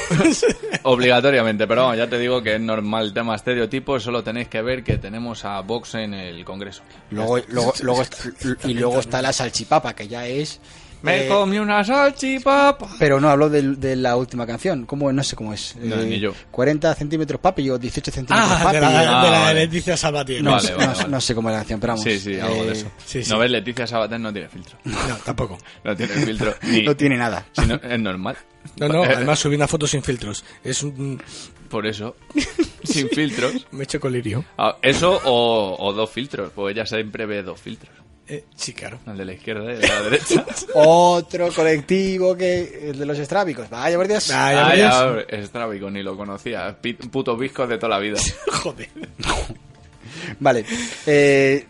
Speaker 1: Obligatoriamente, pero vamos, ya te digo que es normal tema estereotipo, solo tenéis que ver que tenemos a Vox en el Congreso.
Speaker 6: luego, luego, luego- y luego está la salchipapa, que ya es...
Speaker 1: Me
Speaker 6: Eh,
Speaker 1: comí una salchipapa.
Speaker 6: Pero no habló del- de, la última canción. ¿Cómo? No sé cómo es.
Speaker 1: No,
Speaker 6: Eh,
Speaker 1: ni yo.
Speaker 6: 40 centímetros papi o 18 centímetros
Speaker 2: Ah,
Speaker 6: papi.
Speaker 2: de la, de
Speaker 1: Ah,
Speaker 2: la de
Speaker 1: vale.
Speaker 2: Leticia Salvatierra.
Speaker 6: no,
Speaker 1: Vale,
Speaker 6: sé-
Speaker 1: vale,
Speaker 6: no-
Speaker 1: vale.
Speaker 6: no sé cómo es la canción, pero vamos.
Speaker 1: Sí, sí, algo de
Speaker 6: eh,
Speaker 1: eso.
Speaker 2: sí, sí.
Speaker 1: No ves, Leticia Sabater no tiene filtro.
Speaker 2: No, tampoco.
Speaker 1: No tiene filtro. Ni,
Speaker 6: No tiene nada.
Speaker 1: si no, es normal.
Speaker 2: No,
Speaker 1: Eh,
Speaker 2: no, además subí una foto sin filtros. Es un...
Speaker 1: Por eso, sin filtros.
Speaker 2: Me he hecho colirio.
Speaker 1: Ah, Eso o, o dos filtros, pues ella siempre ve dos filtros.
Speaker 2: Eh, sí, claro.
Speaker 1: El de la izquierda y el de la derecha.
Speaker 6: Otro colectivo que el de los estrábicos. Vaya, por Dios.
Speaker 2: Ah, ya
Speaker 1: Ah,
Speaker 2: verías.
Speaker 1: ya, es trágico, ni lo conocía. Pi- Puto visco de toda la vida.
Speaker 2: Joder.
Speaker 6: Vale. eh,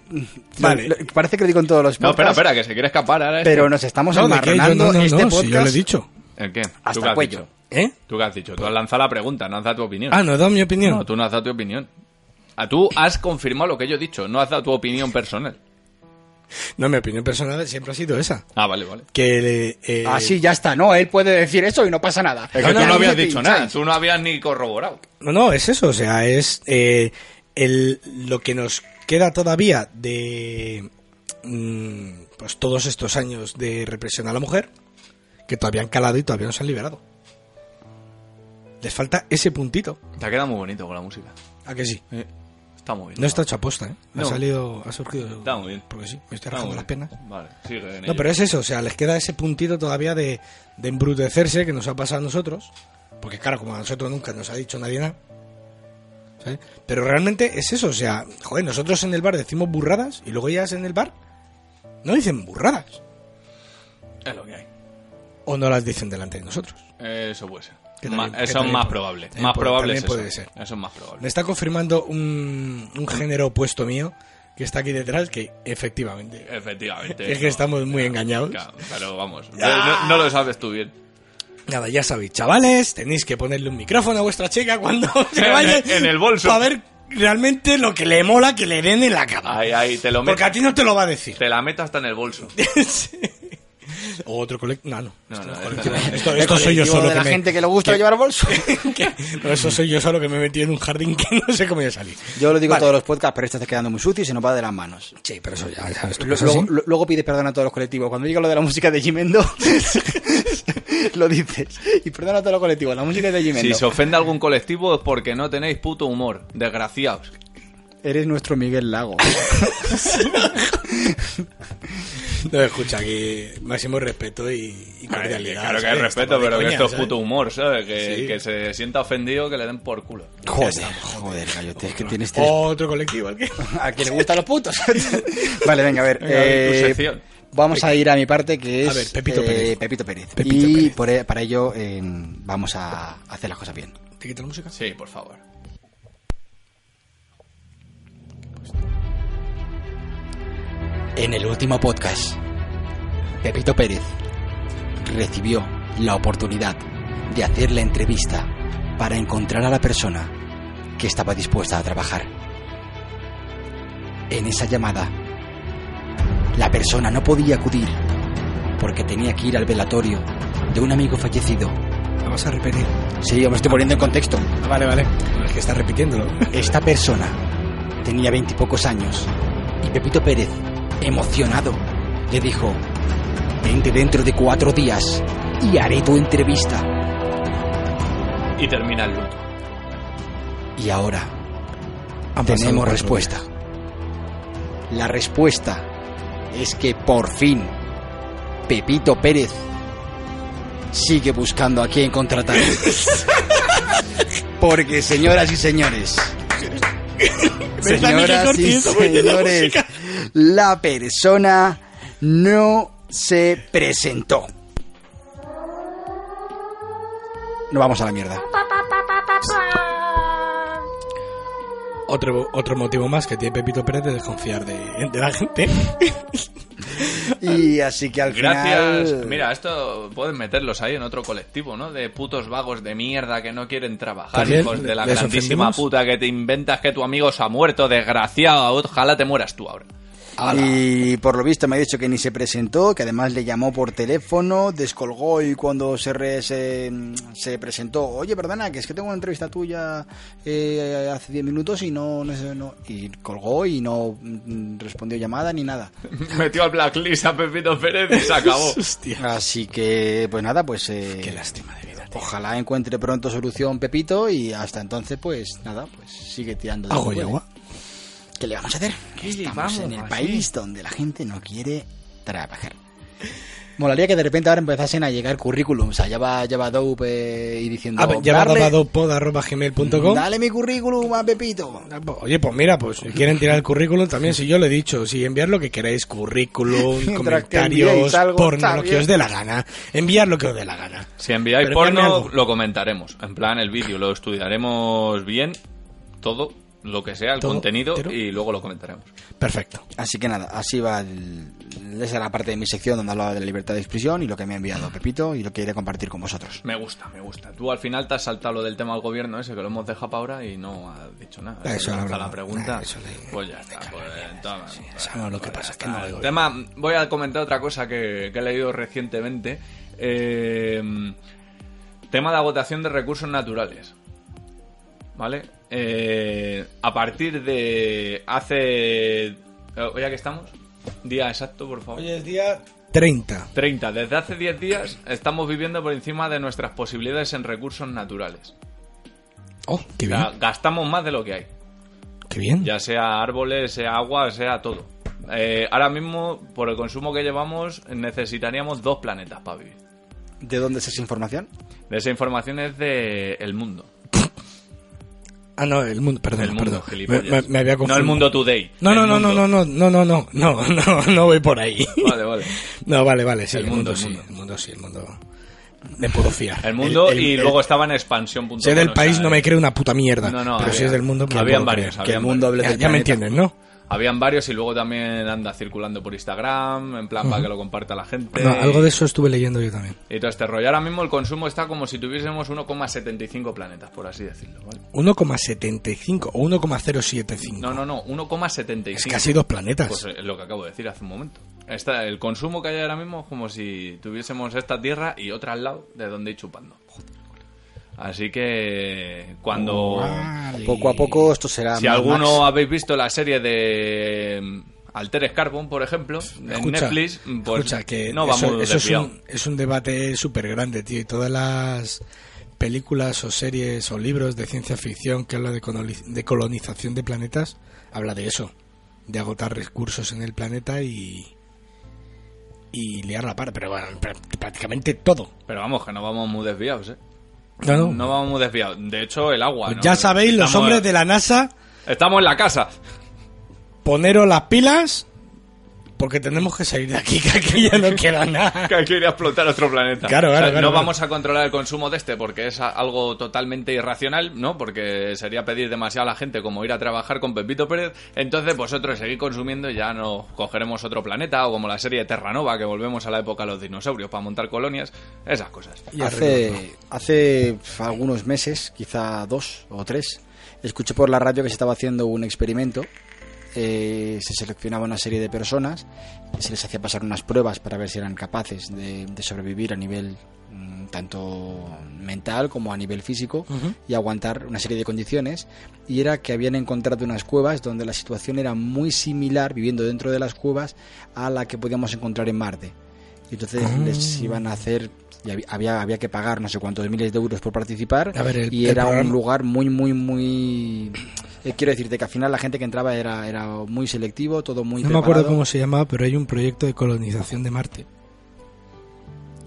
Speaker 2: Vale.
Speaker 6: lo- lo- parece que lo digo en todos los
Speaker 1: No, espera,
Speaker 6: podcasts,
Speaker 1: espera, que se quiere escapar ahora. este.
Speaker 6: Pero nos estamos
Speaker 2: No, ¿de qué? Yo
Speaker 6: enmarronando
Speaker 2: no, no,
Speaker 6: este
Speaker 2: no,
Speaker 6: podcast
Speaker 2: si yo lo he dicho.
Speaker 1: ¿El qué? ¿Tú
Speaker 6: hasta
Speaker 1: qué
Speaker 6: el
Speaker 1: has
Speaker 6: cuello.
Speaker 1: dicho?
Speaker 2: ¿Eh?
Speaker 1: ¿Tú qué has dicho? Tú has lanzado la pregunta, no has dado tu opinión.
Speaker 2: Ah, ¿no he dado mi opinión?
Speaker 1: No, tú no has dado tu opinión. A tú has confirmado lo que yo he dicho, no has dado tu opinión personal.
Speaker 2: No, mi opinión personal siempre ha sido esa.
Speaker 1: Ah, vale, vale.
Speaker 2: Que... eh,
Speaker 1: Ah,
Speaker 6: Así Ah, ya está, ¿no? Él puede decir eso y no pasa nada.
Speaker 1: Es que tú
Speaker 2: no, no,
Speaker 1: no habías
Speaker 6: me
Speaker 1: dicho
Speaker 6: pincháis.
Speaker 1: nada, tú no habías ni corroborado.
Speaker 2: No, no, es eso, o sea, es eh, el, lo que nos queda todavía de mm, pues todos estos años de represión a la mujer, que todavía han calado y todavía no se han liberado. Les falta ese puntito.
Speaker 1: Te ha quedado muy bonito con la música.
Speaker 2: ¿A que sí?
Speaker 1: Está muy bien.
Speaker 2: No está hecho aposta, ¿eh? Ha
Speaker 1: Eh, No.
Speaker 2: salido, ha surgido...
Speaker 1: Está muy bien.
Speaker 2: Porque sí, me
Speaker 1: Está
Speaker 2: estoy rajando
Speaker 1: muy
Speaker 2: las
Speaker 1: bien.
Speaker 2: piernas.
Speaker 1: Vale, sigue en
Speaker 2: No,
Speaker 1: ello.
Speaker 2: pero es eso, o sea, les queda ese puntito todavía de, de embrutecerse que nos ha pasado a nosotros, porque claro, como a nosotros nunca nos ha dicho nadie nada. ¿sabes? Pero realmente es eso, o sea, joder, nosotros en el bar decimos burradas y luego ellas en el bar no dicen burradas
Speaker 1: Es lo que hay.
Speaker 2: o no las dicen delante de nosotros.
Speaker 1: Eso puede ser.
Speaker 2: Que
Speaker 1: Ma-
Speaker 2: también- que
Speaker 1: eso es
Speaker 2: también
Speaker 1: más
Speaker 2: puede-
Speaker 1: probable.
Speaker 2: también
Speaker 1: Más
Speaker 2: puede-
Speaker 1: probable
Speaker 2: también
Speaker 1: es eso.
Speaker 2: puede ser.
Speaker 1: Eso es más probable.
Speaker 2: Me está confirmando un, un género opuesto mío que está aquí detrás que efectivamente
Speaker 1: Efectivamente.
Speaker 2: es que
Speaker 1: no.
Speaker 2: estamos muy engañados.
Speaker 1: Claro, pero vamos. No, no lo sabes tú bien.
Speaker 2: Nada, ya sabéis, chavales, tenéis que ponerle un micrófono a vuestra chica cuando se
Speaker 1: En
Speaker 2: vaya.
Speaker 1: el- en el bolso.
Speaker 2: Para ver realmente lo que le mola que le den en la cama.
Speaker 1: Ahí, ahí, te lo meto.
Speaker 2: Porque a ti no te lo va a decir.
Speaker 1: Te la meto hasta en el bolso.
Speaker 2: Sí. O otro colectivo. No, no.
Speaker 1: No, no,
Speaker 2: Esto,
Speaker 6: El
Speaker 2: esto soy yo
Speaker 6: colectivo
Speaker 2: solo
Speaker 6: de
Speaker 2: que
Speaker 6: la
Speaker 2: me-
Speaker 6: gente que le gusta llevar bolso.
Speaker 2: que- no, eso soy yo solo que me he metido en un jardín que no sé cómo voy a salir.
Speaker 6: Yo lo digo en
Speaker 2: Vale.
Speaker 6: todos los podcasts, pero este está quedando muy sucio y se nos va de las manos.
Speaker 2: Sí, pero eso ya, sabes tú.
Speaker 6: Lo-
Speaker 2: que es así.
Speaker 6: Luego, lo- luego pides perdón a todos los colectivos. Cuando llega lo de la música de Jimendo, lo dices. Y perdona a todos los colectivos, la música de Jimendo.
Speaker 1: Si se ofende algún colectivo es porque no tenéis puto humor. Desgraciados.
Speaker 6: Eres nuestro Miguel Lago.
Speaker 2: No, escucha, aquí máximo respeto y, y
Speaker 1: Ay, que
Speaker 2: cordialidad.
Speaker 1: Claro que hay
Speaker 2: ¿sabes?
Speaker 1: respeto,
Speaker 2: Estamos de
Speaker 1: pero que
Speaker 2: coña,
Speaker 1: esto es
Speaker 2: ¿sabes?
Speaker 1: puto humor, ¿sabes? Que,
Speaker 2: Sí.
Speaker 1: que se sienta ofendido, que le den por culo.
Speaker 6: Joder, joder, gallote. Es que tienes tres.
Speaker 2: Otro colectivo, ¿el qué?
Speaker 6: Oh, ¿A quién le gustan los putos? vale, venga, a ver.
Speaker 1: Venga,
Speaker 6: eh,
Speaker 1: tu sección.
Speaker 6: vamos a ir a mi parte que es.
Speaker 2: A ver, Pepito
Speaker 6: eh,
Speaker 2: Pérez.
Speaker 6: Pepito Pérez.
Speaker 2: Pepito
Speaker 6: y
Speaker 2: Pérez.
Speaker 6: por e- para ello eh, vamos a hacer las cosas bien.
Speaker 2: ¿Te quito la música?
Speaker 1: Sí, por favor.
Speaker 6: En el último podcast, Pepito Pérez recibió la oportunidad de hacer la entrevista para encontrar a la persona que estaba dispuesta a trabajar. En esa llamada, la persona no podía acudir porque tenía que ir al velatorio de un amigo fallecido.
Speaker 2: La vas a repetir.
Speaker 6: Sí, yo me estoy poniendo en contexto.
Speaker 2: Ah, vale, vale. Es que está repitiéndolo.
Speaker 6: Esta persona tenía veintipocos años y Pepito Pérez, emocionado, le dijo, vente dentro de cuatro días y haré tu entrevista.
Speaker 1: Y termina el luto.
Speaker 6: Y ahora
Speaker 2: Han pasado
Speaker 6: tenemos
Speaker 2: cuatro
Speaker 6: respuesta. La respuesta es que por fin Pepito Pérez sigue buscando a quien contratar. Porque señoras y señores, señoras y señores, la persona no se presentó. No vamos a la mierda.
Speaker 2: Otro, otro motivo más que tiene Pepito Pérez de desconfiar de, de la gente.
Speaker 6: Y así que al
Speaker 1: Gracias.
Speaker 6: final.
Speaker 1: Mira, esto pueden meterlos ahí en otro colectivo, ¿no? De putos vagos de mierda que no quieren trabajar,
Speaker 2: También
Speaker 1: hijos de la
Speaker 2: les
Speaker 1: grandísima
Speaker 2: ofendimos.
Speaker 1: puta que te inventas que tu amigo se ha muerto, desgraciado. Ojalá te mueras tú ahora.
Speaker 6: Y por lo visto me ha dicho que ni se presentó, que además le llamó por teléfono, descolgó y cuando se, re- se, se presentó, oye, perdona, que es que tengo una entrevista tuya eh, hace 10 minutos y no, no, sé, no- Y colgó y no mm, respondió llamada ni nada.
Speaker 1: Metió al blacklist a Pepito Pérez y se
Speaker 6: Oh.
Speaker 1: acabó.
Speaker 6: Así que, pues nada, pues... Qué lástima de vida. Ojalá encuentre pronto solución Pepito y hasta entonces, pues nada, pues sigue tirando. de lo
Speaker 2: Ajo
Speaker 6: que
Speaker 2: y
Speaker 6: puede.
Speaker 2: agua.
Speaker 6: ¿Qué le vamos a hacer?
Speaker 1: ¿Qué le
Speaker 6: Estamos
Speaker 1: vamos
Speaker 6: en el
Speaker 1: a
Speaker 6: país donde la gente no quiere trabajar. Molaría que de repente ahora empezasen a llegar currículums. Allá va, ya va Dope eh, y diciendo...
Speaker 2: A ver, Ah, ya
Speaker 6: "Darle-
Speaker 2: gmail.com
Speaker 6: Dale mi currículum a Pepito.
Speaker 2: Oye, pues mira, pues si quieren tirar el currículum también, si yo lo he dicho, si enviar lo que queráis, currículum,
Speaker 6: Mientras que enviéis
Speaker 2: comentarios,
Speaker 6: algo, está
Speaker 2: porno, lo que
Speaker 6: bien.
Speaker 2: os dé la gana, enviar lo que os dé la gana.
Speaker 1: Si enviáis
Speaker 2: Pero enviarme
Speaker 1: porno,
Speaker 2: algo.
Speaker 1: lo comentaremos. En plan, el vídeo lo estudiaremos bien, todo, lo que sea, el
Speaker 2: Todo
Speaker 1: contenido,
Speaker 2: entero.
Speaker 1: y luego lo comentaremos.
Speaker 2: Perfecto.
Speaker 6: Así que nada, así va el- esa era la parte de mi sección donde hablaba de la libertad de expresión y lo que me ha enviado Pepito y lo que iré a compartir con vosotros.
Speaker 1: Me gusta, me gusta. Tú al final te has saltado lo del tema del gobierno ese, que lo hemos dejado para ahora y no has dicho nada.
Speaker 2: Eso
Speaker 1: Lanza
Speaker 2: no hablamos.
Speaker 1: la pregunta.
Speaker 2: Nah, eso le-
Speaker 1: pues ya está. Pues, toma.
Speaker 2: Sabemos lo que pasa, que no
Speaker 1: Ah,
Speaker 2: le
Speaker 1: el
Speaker 2: doy.
Speaker 1: tema, voy a comentar otra cosa que, que he leído recientemente. Eh, tema de agotación de recursos naturales. ¿Vale? Eh, a partir de hace... eh, ¿Hoy a qué estamos? Día exacto, por favor.
Speaker 2: Hoy es día 30.
Speaker 1: 30. Desde hace 10 días estamos viviendo por encima de nuestras posibilidades en recursos naturales.
Speaker 2: Oh, qué
Speaker 1: O
Speaker 2: bien,
Speaker 1: sea, gastamos más de lo que hay.
Speaker 2: qué bien.
Speaker 1: Ya sea árboles, sea agua, sea todo. Eh, ahora mismo, por el consumo que llevamos, necesitaríamos dos planetas para vivir.
Speaker 6: ¿De dónde es esa información?
Speaker 1: De esa información es de El Mundo.
Speaker 2: Ah, no, el mundo, perdón,
Speaker 1: El mundo,
Speaker 2: perdón. Me,
Speaker 1: gilipollas.
Speaker 2: me- me había
Speaker 1: no
Speaker 2: confundido.
Speaker 1: el mundo today.
Speaker 2: No, no,
Speaker 1: El
Speaker 2: no, no,
Speaker 1: mundo.
Speaker 2: no, no, no, no, no, no, no, no voy por ahí.
Speaker 1: Vale, vale.
Speaker 2: No, vale, vale, sí,
Speaker 1: El
Speaker 2: el,
Speaker 1: mundo,
Speaker 2: mundo,
Speaker 1: el
Speaker 2: sí,
Speaker 1: mundo.
Speaker 2: el mundo sí, el mundo. Me puedo fiar.
Speaker 1: El mundo
Speaker 2: El- el-
Speaker 1: y
Speaker 2: el-
Speaker 1: luego estaba en expansión.com.
Speaker 2: Si es del
Speaker 1: o sea, eh,
Speaker 2: país no me creo una puta mierda.
Speaker 1: No, no,
Speaker 2: pero si
Speaker 1: había-
Speaker 2: es del mundo, me lo
Speaker 1: habían
Speaker 2: puedo
Speaker 1: varios,
Speaker 2: creer.
Speaker 1: habían
Speaker 2: que el mundo hable
Speaker 1: varios.
Speaker 2: del Ya, ya me entiendes, ¿no?
Speaker 1: Habían varios y luego también anda circulando por Instagram, en plan para que lo comparta la gente.
Speaker 2: No, algo de eso estuve leyendo yo también.
Speaker 1: Y todo este rollo. Ahora mismo el consumo está como si tuviésemos 1,75 planetas, por así decirlo. ¿vale?
Speaker 2: 1,75 o 1,075.
Speaker 1: No, no, no, 1,75.
Speaker 2: Es casi dos planetas.
Speaker 1: Pues es lo que acabo de decir hace un momento. Está, el consumo que hay ahora mismo es como si tuviésemos esta tierra y otra al lado de donde ir chupando. Así que cuando...
Speaker 2: Oh.
Speaker 6: Poco a poco esto será.
Speaker 1: Si
Speaker 6: Mad
Speaker 1: alguno
Speaker 6: Max.
Speaker 1: habéis visto la serie de mm, Alteres Carbon, por ejemplo, en
Speaker 2: Escucha,
Speaker 1: Netflix, pues
Speaker 2: escucha, que
Speaker 1: no
Speaker 2: eso,
Speaker 1: vamos
Speaker 2: eso es, un, es un debate súper grande, tío. Y todas las películas o series o libros de ciencia ficción que habla de, coloni- de colonización de planetas, habla de eso. De agotar recursos en el planeta y... Y liar la par. Pero bueno, pr- prácticamente todo.
Speaker 1: Pero vamos, que no vamos muy desviados, ¿eh?
Speaker 2: No, no.
Speaker 1: No vamos muy desviados. De hecho, el agua. ¿no?
Speaker 2: Ya sabéis, los
Speaker 1: Estamos-
Speaker 2: hombres de la NASA,
Speaker 1: Estamos en la casa.
Speaker 2: poneros las pilas porque tenemos que salir de aquí, que aquí ya no queda nada.
Speaker 1: Que hay que ir a explotar otro planeta.
Speaker 2: Claro,
Speaker 1: O sea,
Speaker 2: claro, claro,
Speaker 1: No
Speaker 2: claro.
Speaker 1: vamos a controlar el consumo de este porque es a- algo totalmente irracional, ¿no? Porque sería pedir demasiado a la gente como ir a trabajar con Pepito Pérez. Entonces vosotros seguís consumiendo y ya nos cogeremos otro planeta o como la serie Terranova que volvemos a la época de los dinosaurios para montar colonias. Esas cosas.
Speaker 2: Y arreglo,
Speaker 6: Hace, hace algunos meses, quizá dos o tres, escuché por la radio que se estaba haciendo un experimento. Eh, se seleccionaba una serie de personas, se les hacía pasar unas pruebas para ver si eran capaces de, de sobrevivir a nivel mm, tanto mental como a nivel físico y aguantar una serie de condiciones. Y era que habían encontrado unas cuevas donde la situación era muy similar, viviendo dentro de las cuevas, a la que podíamos encontrar en Marte. Y entonces
Speaker 2: Ah.
Speaker 6: les iban a hacer y había- había, había que pagar no sé cuántos miles de euros por participar
Speaker 2: A ver, el-
Speaker 6: y
Speaker 2: el
Speaker 6: era un
Speaker 2: programa-
Speaker 6: lugar muy muy muy eh, quiero decirte que al final la gente que entraba era era muy selectivo todo muy
Speaker 2: No me acuerdo
Speaker 6: preparado.
Speaker 2: cómo se llamaba, pero hay un proyecto de colonización de Marte.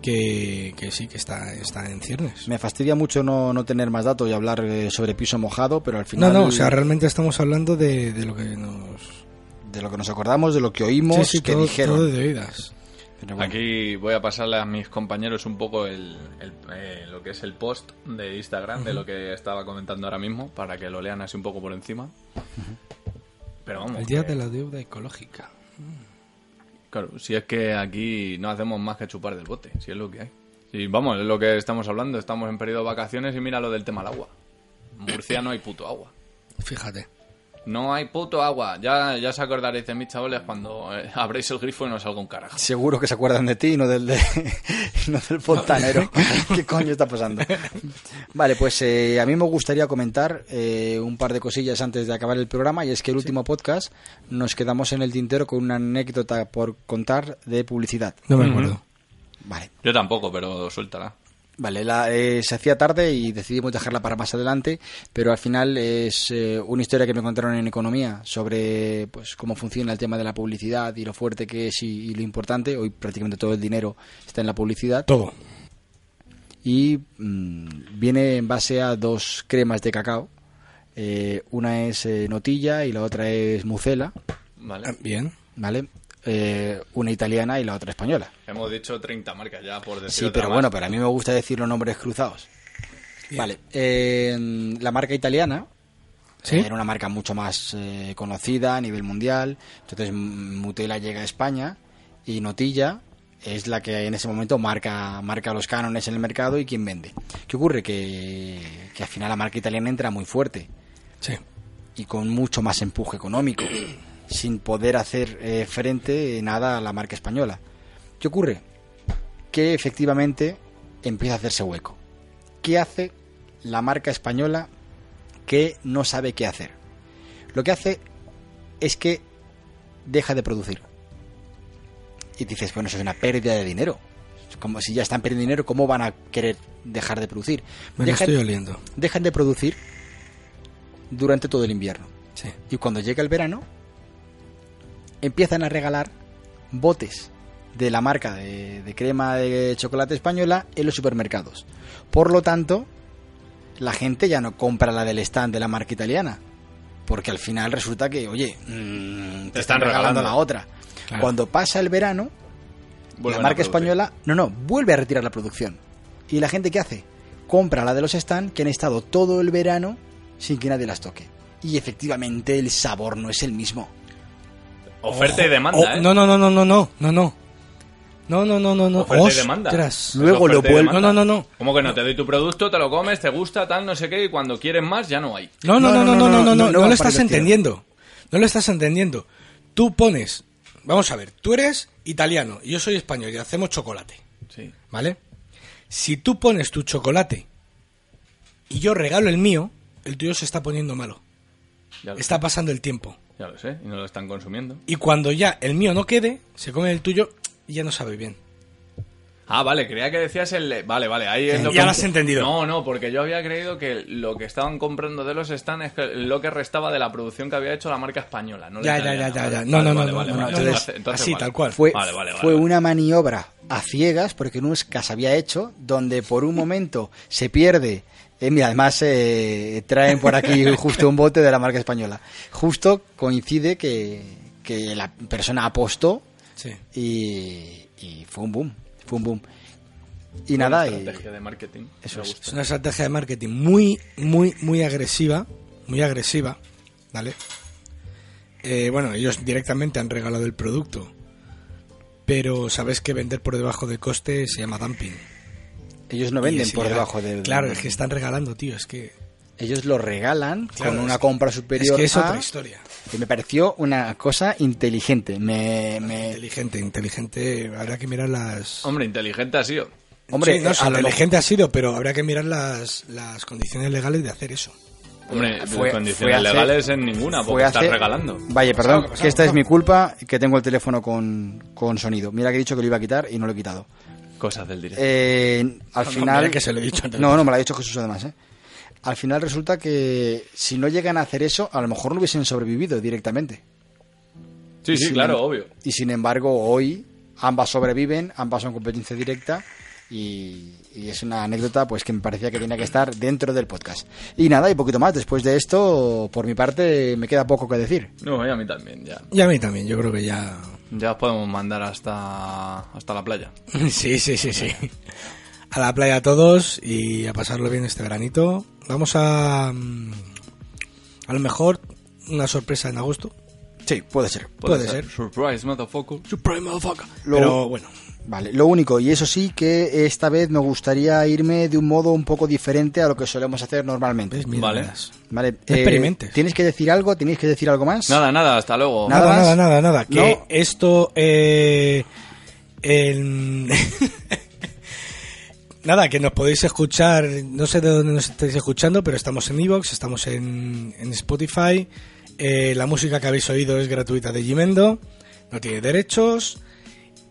Speaker 2: Que, que sí, que está, está en ciernes.
Speaker 6: me fastidia mucho no, no tener más datos y hablar eh, sobre piso mojado pero al
Speaker 2: No,
Speaker 6: final
Speaker 2: no, o sea, realmente estamos hablando de, de lo que nos...
Speaker 6: de lo que nos acordamos de lo que oímos
Speaker 2: Sí, sí,
Speaker 6: que
Speaker 2: todo,
Speaker 6: dijeron
Speaker 2: todo de oídas.
Speaker 6: Pero bueno,
Speaker 1: Aquí voy a pasarle a mis compañeros un poco el, el- eh, lo que es el post de Instagram de lo que estaba comentando ahora mismo para que lo lean así un poco por encima. Pero vamos.
Speaker 2: El día
Speaker 1: que-
Speaker 2: de la deuda ecológica.
Speaker 1: Claro, si es que aquí no hacemos más que chupar del bote, si es lo que hay. Y vamos, es lo que estamos hablando, estamos en periodo de vacaciones y mira lo del tema del agua. En Murcia no hay puto agua.
Speaker 2: Fíjate.
Speaker 1: No hay puto agua. Ya, ya os acordaréis de mis chavales cuando eh, abréis el grifo y no salga un carajo.
Speaker 6: Seguro que se acuerdan de ti y no del, de- no del fontanero. ¿Qué coño está pasando? Vale, pues eh, a mí me gustaría comentar eh, un par de cosillas antes de acabar el programa. Y es que el último podcast nos quedamos en el tintero con una anécdota por contar de publicidad.
Speaker 2: No me acuerdo.
Speaker 6: Vale.
Speaker 1: Yo tampoco, pero suéltala.
Speaker 6: Vale, la, eh, se hacía tarde y decidimos dejarla para más adelante, pero al final es eh, una historia que me contaron en economía sobre pues cómo funciona el tema de la publicidad y lo fuerte que es y, y lo importante. Hoy prácticamente todo el dinero está en la publicidad.
Speaker 2: Todo.
Speaker 6: Y mm, viene en base a dos cremas de cacao. Eh, una es eh, notilla y la otra es mucela,
Speaker 1: Vale.
Speaker 2: Ah, Bien.
Speaker 6: ¿vale? Eh, una italiana y la otra española.
Speaker 1: Hemos dicho 30 marcas ya, por decir
Speaker 6: Sí,
Speaker 1: otra
Speaker 6: pero
Speaker 1: más.
Speaker 6: bueno, pero a mí me gusta decir los nombres cruzados. Vale, eh, la marca italiana
Speaker 2: ¿Sí?
Speaker 6: era una marca mucho más eh, conocida a nivel mundial. Entonces M- Mutela llega a España y Notilla es la que en ese momento marca, marca los cánones en el mercado y quien vende. ¿Qué ocurre? Que, que al final la marca italiana entra muy fuerte
Speaker 2: Sí.
Speaker 6: y con mucho más empuje económico, sin poder hacer eh, frente eh, nada a la marca española. ¿Qué ocurre? Que efectivamente empieza a hacerse hueco. ¿Qué hace la marca española que no sabe qué hacer? Lo que hace es que deja de producir. Y dices, bueno, eso es una pérdida de dinero. Es Como si ya están perdiendo dinero, ¿cómo van a querer dejar de producir?
Speaker 2: Me lo
Speaker 6: Dejan-
Speaker 2: estoy oliendo.
Speaker 6: dejan de producir durante todo el invierno.
Speaker 2: Sí.
Speaker 6: Y cuando llega el verano, empiezan a regalar botes de la marca de, de crema de chocolate española en los supermercados. Por lo tanto, la gente ya no compra la del stand de la marca italiana. Porque al final resulta que, oye, mm, te, están
Speaker 1: están
Speaker 6: regalando,
Speaker 1: regalando.
Speaker 6: la otra.
Speaker 2: Claro.
Speaker 6: Cuando pasa el verano,
Speaker 1: Vuelven
Speaker 6: la
Speaker 1: a
Speaker 6: marca
Speaker 1: producir.
Speaker 6: española, no, no, vuelve a retirar la producción. ¿Y la gente qué hace? Compra la de los stand que han estado todo el verano sin que nadie las toque. Y efectivamente el sabor no es el mismo.
Speaker 1: Oferta y demanda,
Speaker 2: Oh,
Speaker 1: ¿eh?
Speaker 2: No, no, no, no, no, no, no, no. No, no, no, no, no.
Speaker 1: Oferta y
Speaker 2: Ostras.
Speaker 1: demanda.
Speaker 6: Luego
Speaker 1: Oferta
Speaker 6: lo
Speaker 1: y
Speaker 6: vuelvo.
Speaker 1: demanda.
Speaker 2: No, no, no, no.
Speaker 1: Como que no, te doy tu producto, te lo comes, te gusta, tal, no sé qué, y cuando quieres más ya no hay.
Speaker 2: No, no, no, no, no, no, no, no,
Speaker 6: no,
Speaker 2: lo
Speaker 6: para
Speaker 2: estás
Speaker 6: el estilo.
Speaker 2: entendiendo. No lo estás entendiendo. Tú pones, vamos a ver, tú eres italiano y yo soy español y hacemos chocolate,
Speaker 1: Sí.
Speaker 2: ¿vale? Si tú pones tu chocolate y yo regalo el mío, el tuyo se está poniendo malo.
Speaker 1: Ya lo,
Speaker 2: Está pasando el tiempo.
Speaker 1: ya lo sé, y no lo están consumiendo.
Speaker 2: Y cuando ya el mío no quede, se come el tuyo y ya no sabe bien.
Speaker 1: Ah, vale, creía que decías el... Vale, vale, ahí es lo
Speaker 2: Ya
Speaker 1: que-
Speaker 2: lo has entendido.
Speaker 1: No, no, porque yo había creído que lo que estaban comprando de los stands es que lo que restaba de la producción que había hecho la marca española. No la
Speaker 2: Ya, ya,
Speaker 1: italiana,
Speaker 2: ya, ya,
Speaker 1: vale,
Speaker 2: ya. No,
Speaker 1: vale,
Speaker 2: no, no,
Speaker 1: vale,
Speaker 2: no,
Speaker 1: vale,
Speaker 2: no,
Speaker 1: vale,
Speaker 2: entonces,
Speaker 1: entonces- entonces
Speaker 2: así,
Speaker 1: vale.
Speaker 2: tal cual.
Speaker 6: Fue,
Speaker 1: Vale, vale, vale,
Speaker 6: fue
Speaker 1: vale.
Speaker 6: una maniobra a ciegas, porque no es casa había hecho, donde por un momento se pierde. Eh, mira, además eh, traen por aquí justo un bote de la marca española. Justo coincide que, que la persona apostó
Speaker 2: Sí.
Speaker 6: y, y fue un boom. Fue un boom. Y nada, y-
Speaker 1: estrategia de marketing.
Speaker 6: Eso
Speaker 1: me
Speaker 6: es.
Speaker 2: Es
Speaker 1: gusta.
Speaker 2: una estrategia de marketing muy, muy, muy agresiva. Muy agresiva, ¿vale? Eh, bueno, ellos directamente han regalado el producto. Pero sabes que vender por debajo del coste se llama dumping.
Speaker 6: ellos no
Speaker 2: Y
Speaker 6: venden
Speaker 2: es
Speaker 6: por
Speaker 2: ilegal.
Speaker 6: debajo del.
Speaker 2: Claro, es que están regalando, tío. Es que.
Speaker 6: Ellos lo regalan
Speaker 2: Claro,
Speaker 6: con
Speaker 2: es
Speaker 6: una
Speaker 2: que-
Speaker 6: compra
Speaker 2: Es
Speaker 6: superior.
Speaker 2: que es
Speaker 6: a-
Speaker 2: otra historia.
Speaker 6: Y me pareció una cosa inteligente. Me, me-
Speaker 2: Inteligente, inteligente. Habrá que mirar las.
Speaker 1: Hombre, inteligente ha sido.
Speaker 6: Hombre,
Speaker 2: Sí, no,
Speaker 6: eh,
Speaker 2: sí,
Speaker 6: a lo
Speaker 2: inteligente ha sido, pero habrá que mirar las, las condiciones legales de hacer eso.
Speaker 1: Hombre,
Speaker 6: Fue-
Speaker 1: Eh, condiciones
Speaker 6: fue hace-
Speaker 1: legales en ninguna, porque
Speaker 6: fue
Speaker 1: estás
Speaker 6: hace-
Speaker 1: regalando.
Speaker 6: Vaya, perdón,
Speaker 2: pasado,
Speaker 6: que esta es
Speaker 2: pasado.
Speaker 6: mi culpa, que tengo el teléfono con, con sonido. Mira que he dicho que lo iba a quitar y no lo he quitado.
Speaker 1: Cosas del directo.
Speaker 6: Eh, al
Speaker 2: No, no,
Speaker 6: final...
Speaker 2: mira que se lo he dicho antes.
Speaker 6: No, no, me lo ha dicho Jesús además, ¿eh? Al final resulta que si no llegan a hacer eso, a lo mejor no hubiesen sobrevivido directamente.
Speaker 1: sí, sí,
Speaker 6: sin
Speaker 1: claro,
Speaker 6: em-
Speaker 1: obvio.
Speaker 6: Y sin embargo, hoy ambas sobreviven, ambas son competencia directa y, y es una anécdota pues que me parecía que tenía que estar dentro del podcast. Y nada, y poquito más. Después de esto, por mi parte, me queda poco que decir.
Speaker 1: No, y a mí también, ya.
Speaker 2: Y a mí también, yo creo que ya.
Speaker 1: Ya os podemos mandar hasta, hasta la playa.
Speaker 2: Sí, sí, sí, sí. A la playa todos y a pasarlo bien este veranito. Vamos a. mm, A lo mejor una sorpresa en agosto.
Speaker 6: Sí, puede ser.
Speaker 2: Puede ser.
Speaker 1: Surprise, motherfucker.
Speaker 2: Supreme motherfucker.
Speaker 6: Lo-
Speaker 2: Pero bueno,
Speaker 6: Vale, lo único, y eso sí que esta vez me gustaría irme de un modo un poco diferente a lo que solemos hacer normalmente.
Speaker 2: Pues
Speaker 1: Vale.
Speaker 6: Vale, eh,
Speaker 2: No experimentes.
Speaker 6: ¿Tienes que decir algo? ¿Tenéis que decir algo más?
Speaker 1: Nada, nada, hasta luego.
Speaker 6: Nada
Speaker 2: Nada,
Speaker 6: más.
Speaker 2: nada, nada, nada. Que
Speaker 6: No.
Speaker 2: esto. eh, el- nada, que nos podéis escuchar. No sé de dónde nos estáis escuchando, pero estamos en Evox, estamos en, en Spotify. eh, la música que habéis oído es gratuita de Jimendo. No tiene derechos.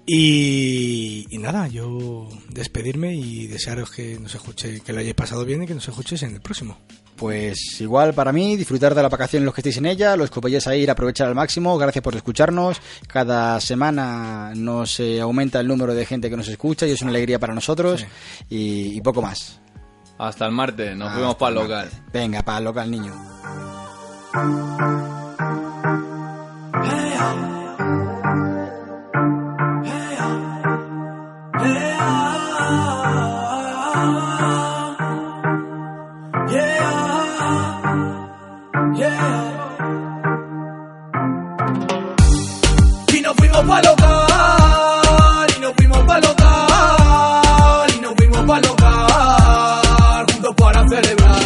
Speaker 2: Y, y nada, yo despedirme y desearos que nos escuche, que lo hayáis pasado bien y que nos escuchéis en el próximo.
Speaker 6: Pues igual para mí, disfrutar de la vacación los que estéis en ella, los que vayáis a ir, aprovechar al máximo. Gracias por escucharnos. Cada semana nos eh, aumenta el número de gente que nos escucha y es una alegría para nosotros. Y, y poco más.
Speaker 1: Ah, Hasta el martes, nos fuimos para el local.
Speaker 6: Venga, para local niño.
Speaker 8: Y nos fuimos pa' local, y nos fuimos pa' local, y nos fuimos pa' local, juntos para celebrar.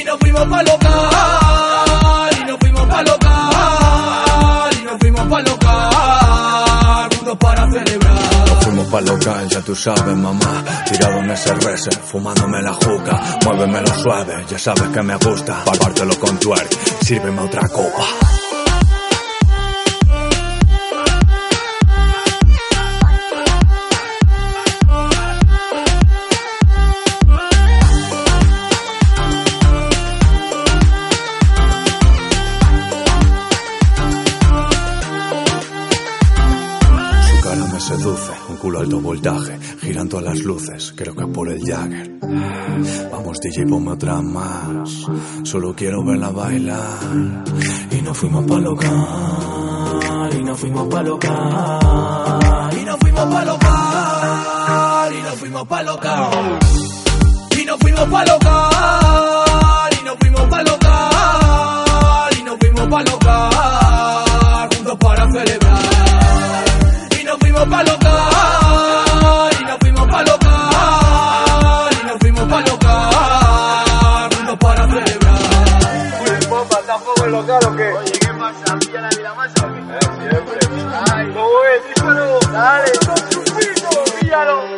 Speaker 8: Y nos fuimos pa' local, y nos fuimos pa' local, y nos fuimos pa' local, juntos para celebrar.
Speaker 9: Nos fuimos pa' local, ya tú sabes, mamá. Tirado en ese reser, fumándome la juca. Muéveme lo suave, ya sabes que me gusta. Palpártelo con twerk, sírveme otra copa. Su cara me seduce, un culo alto voltaje, giran todas las luces, creo que por el Jagger. Vamos DJ, ponme otra más, solo quiero verla bailar. Y nos fuimos pa' local, y nos fuimos pa' local.
Speaker 8: Y nos fuimos pa' local, y nos fuimos pa' local. Y nos fuimos pa' local, y nos fuimos pa' local, y nos fuimos pa' local, juntos para celebrar. Y nos fuimos pa' local, y nos fuimos pa' local, y nos fuimos pa' local, juntos para celebrar. tampoco es local o qué? Oye, ¿qué pasa? ¿Pilla la vida más o qué? Siempre. Ay, ¿cómo es? Díselo. Dale. Píllalo.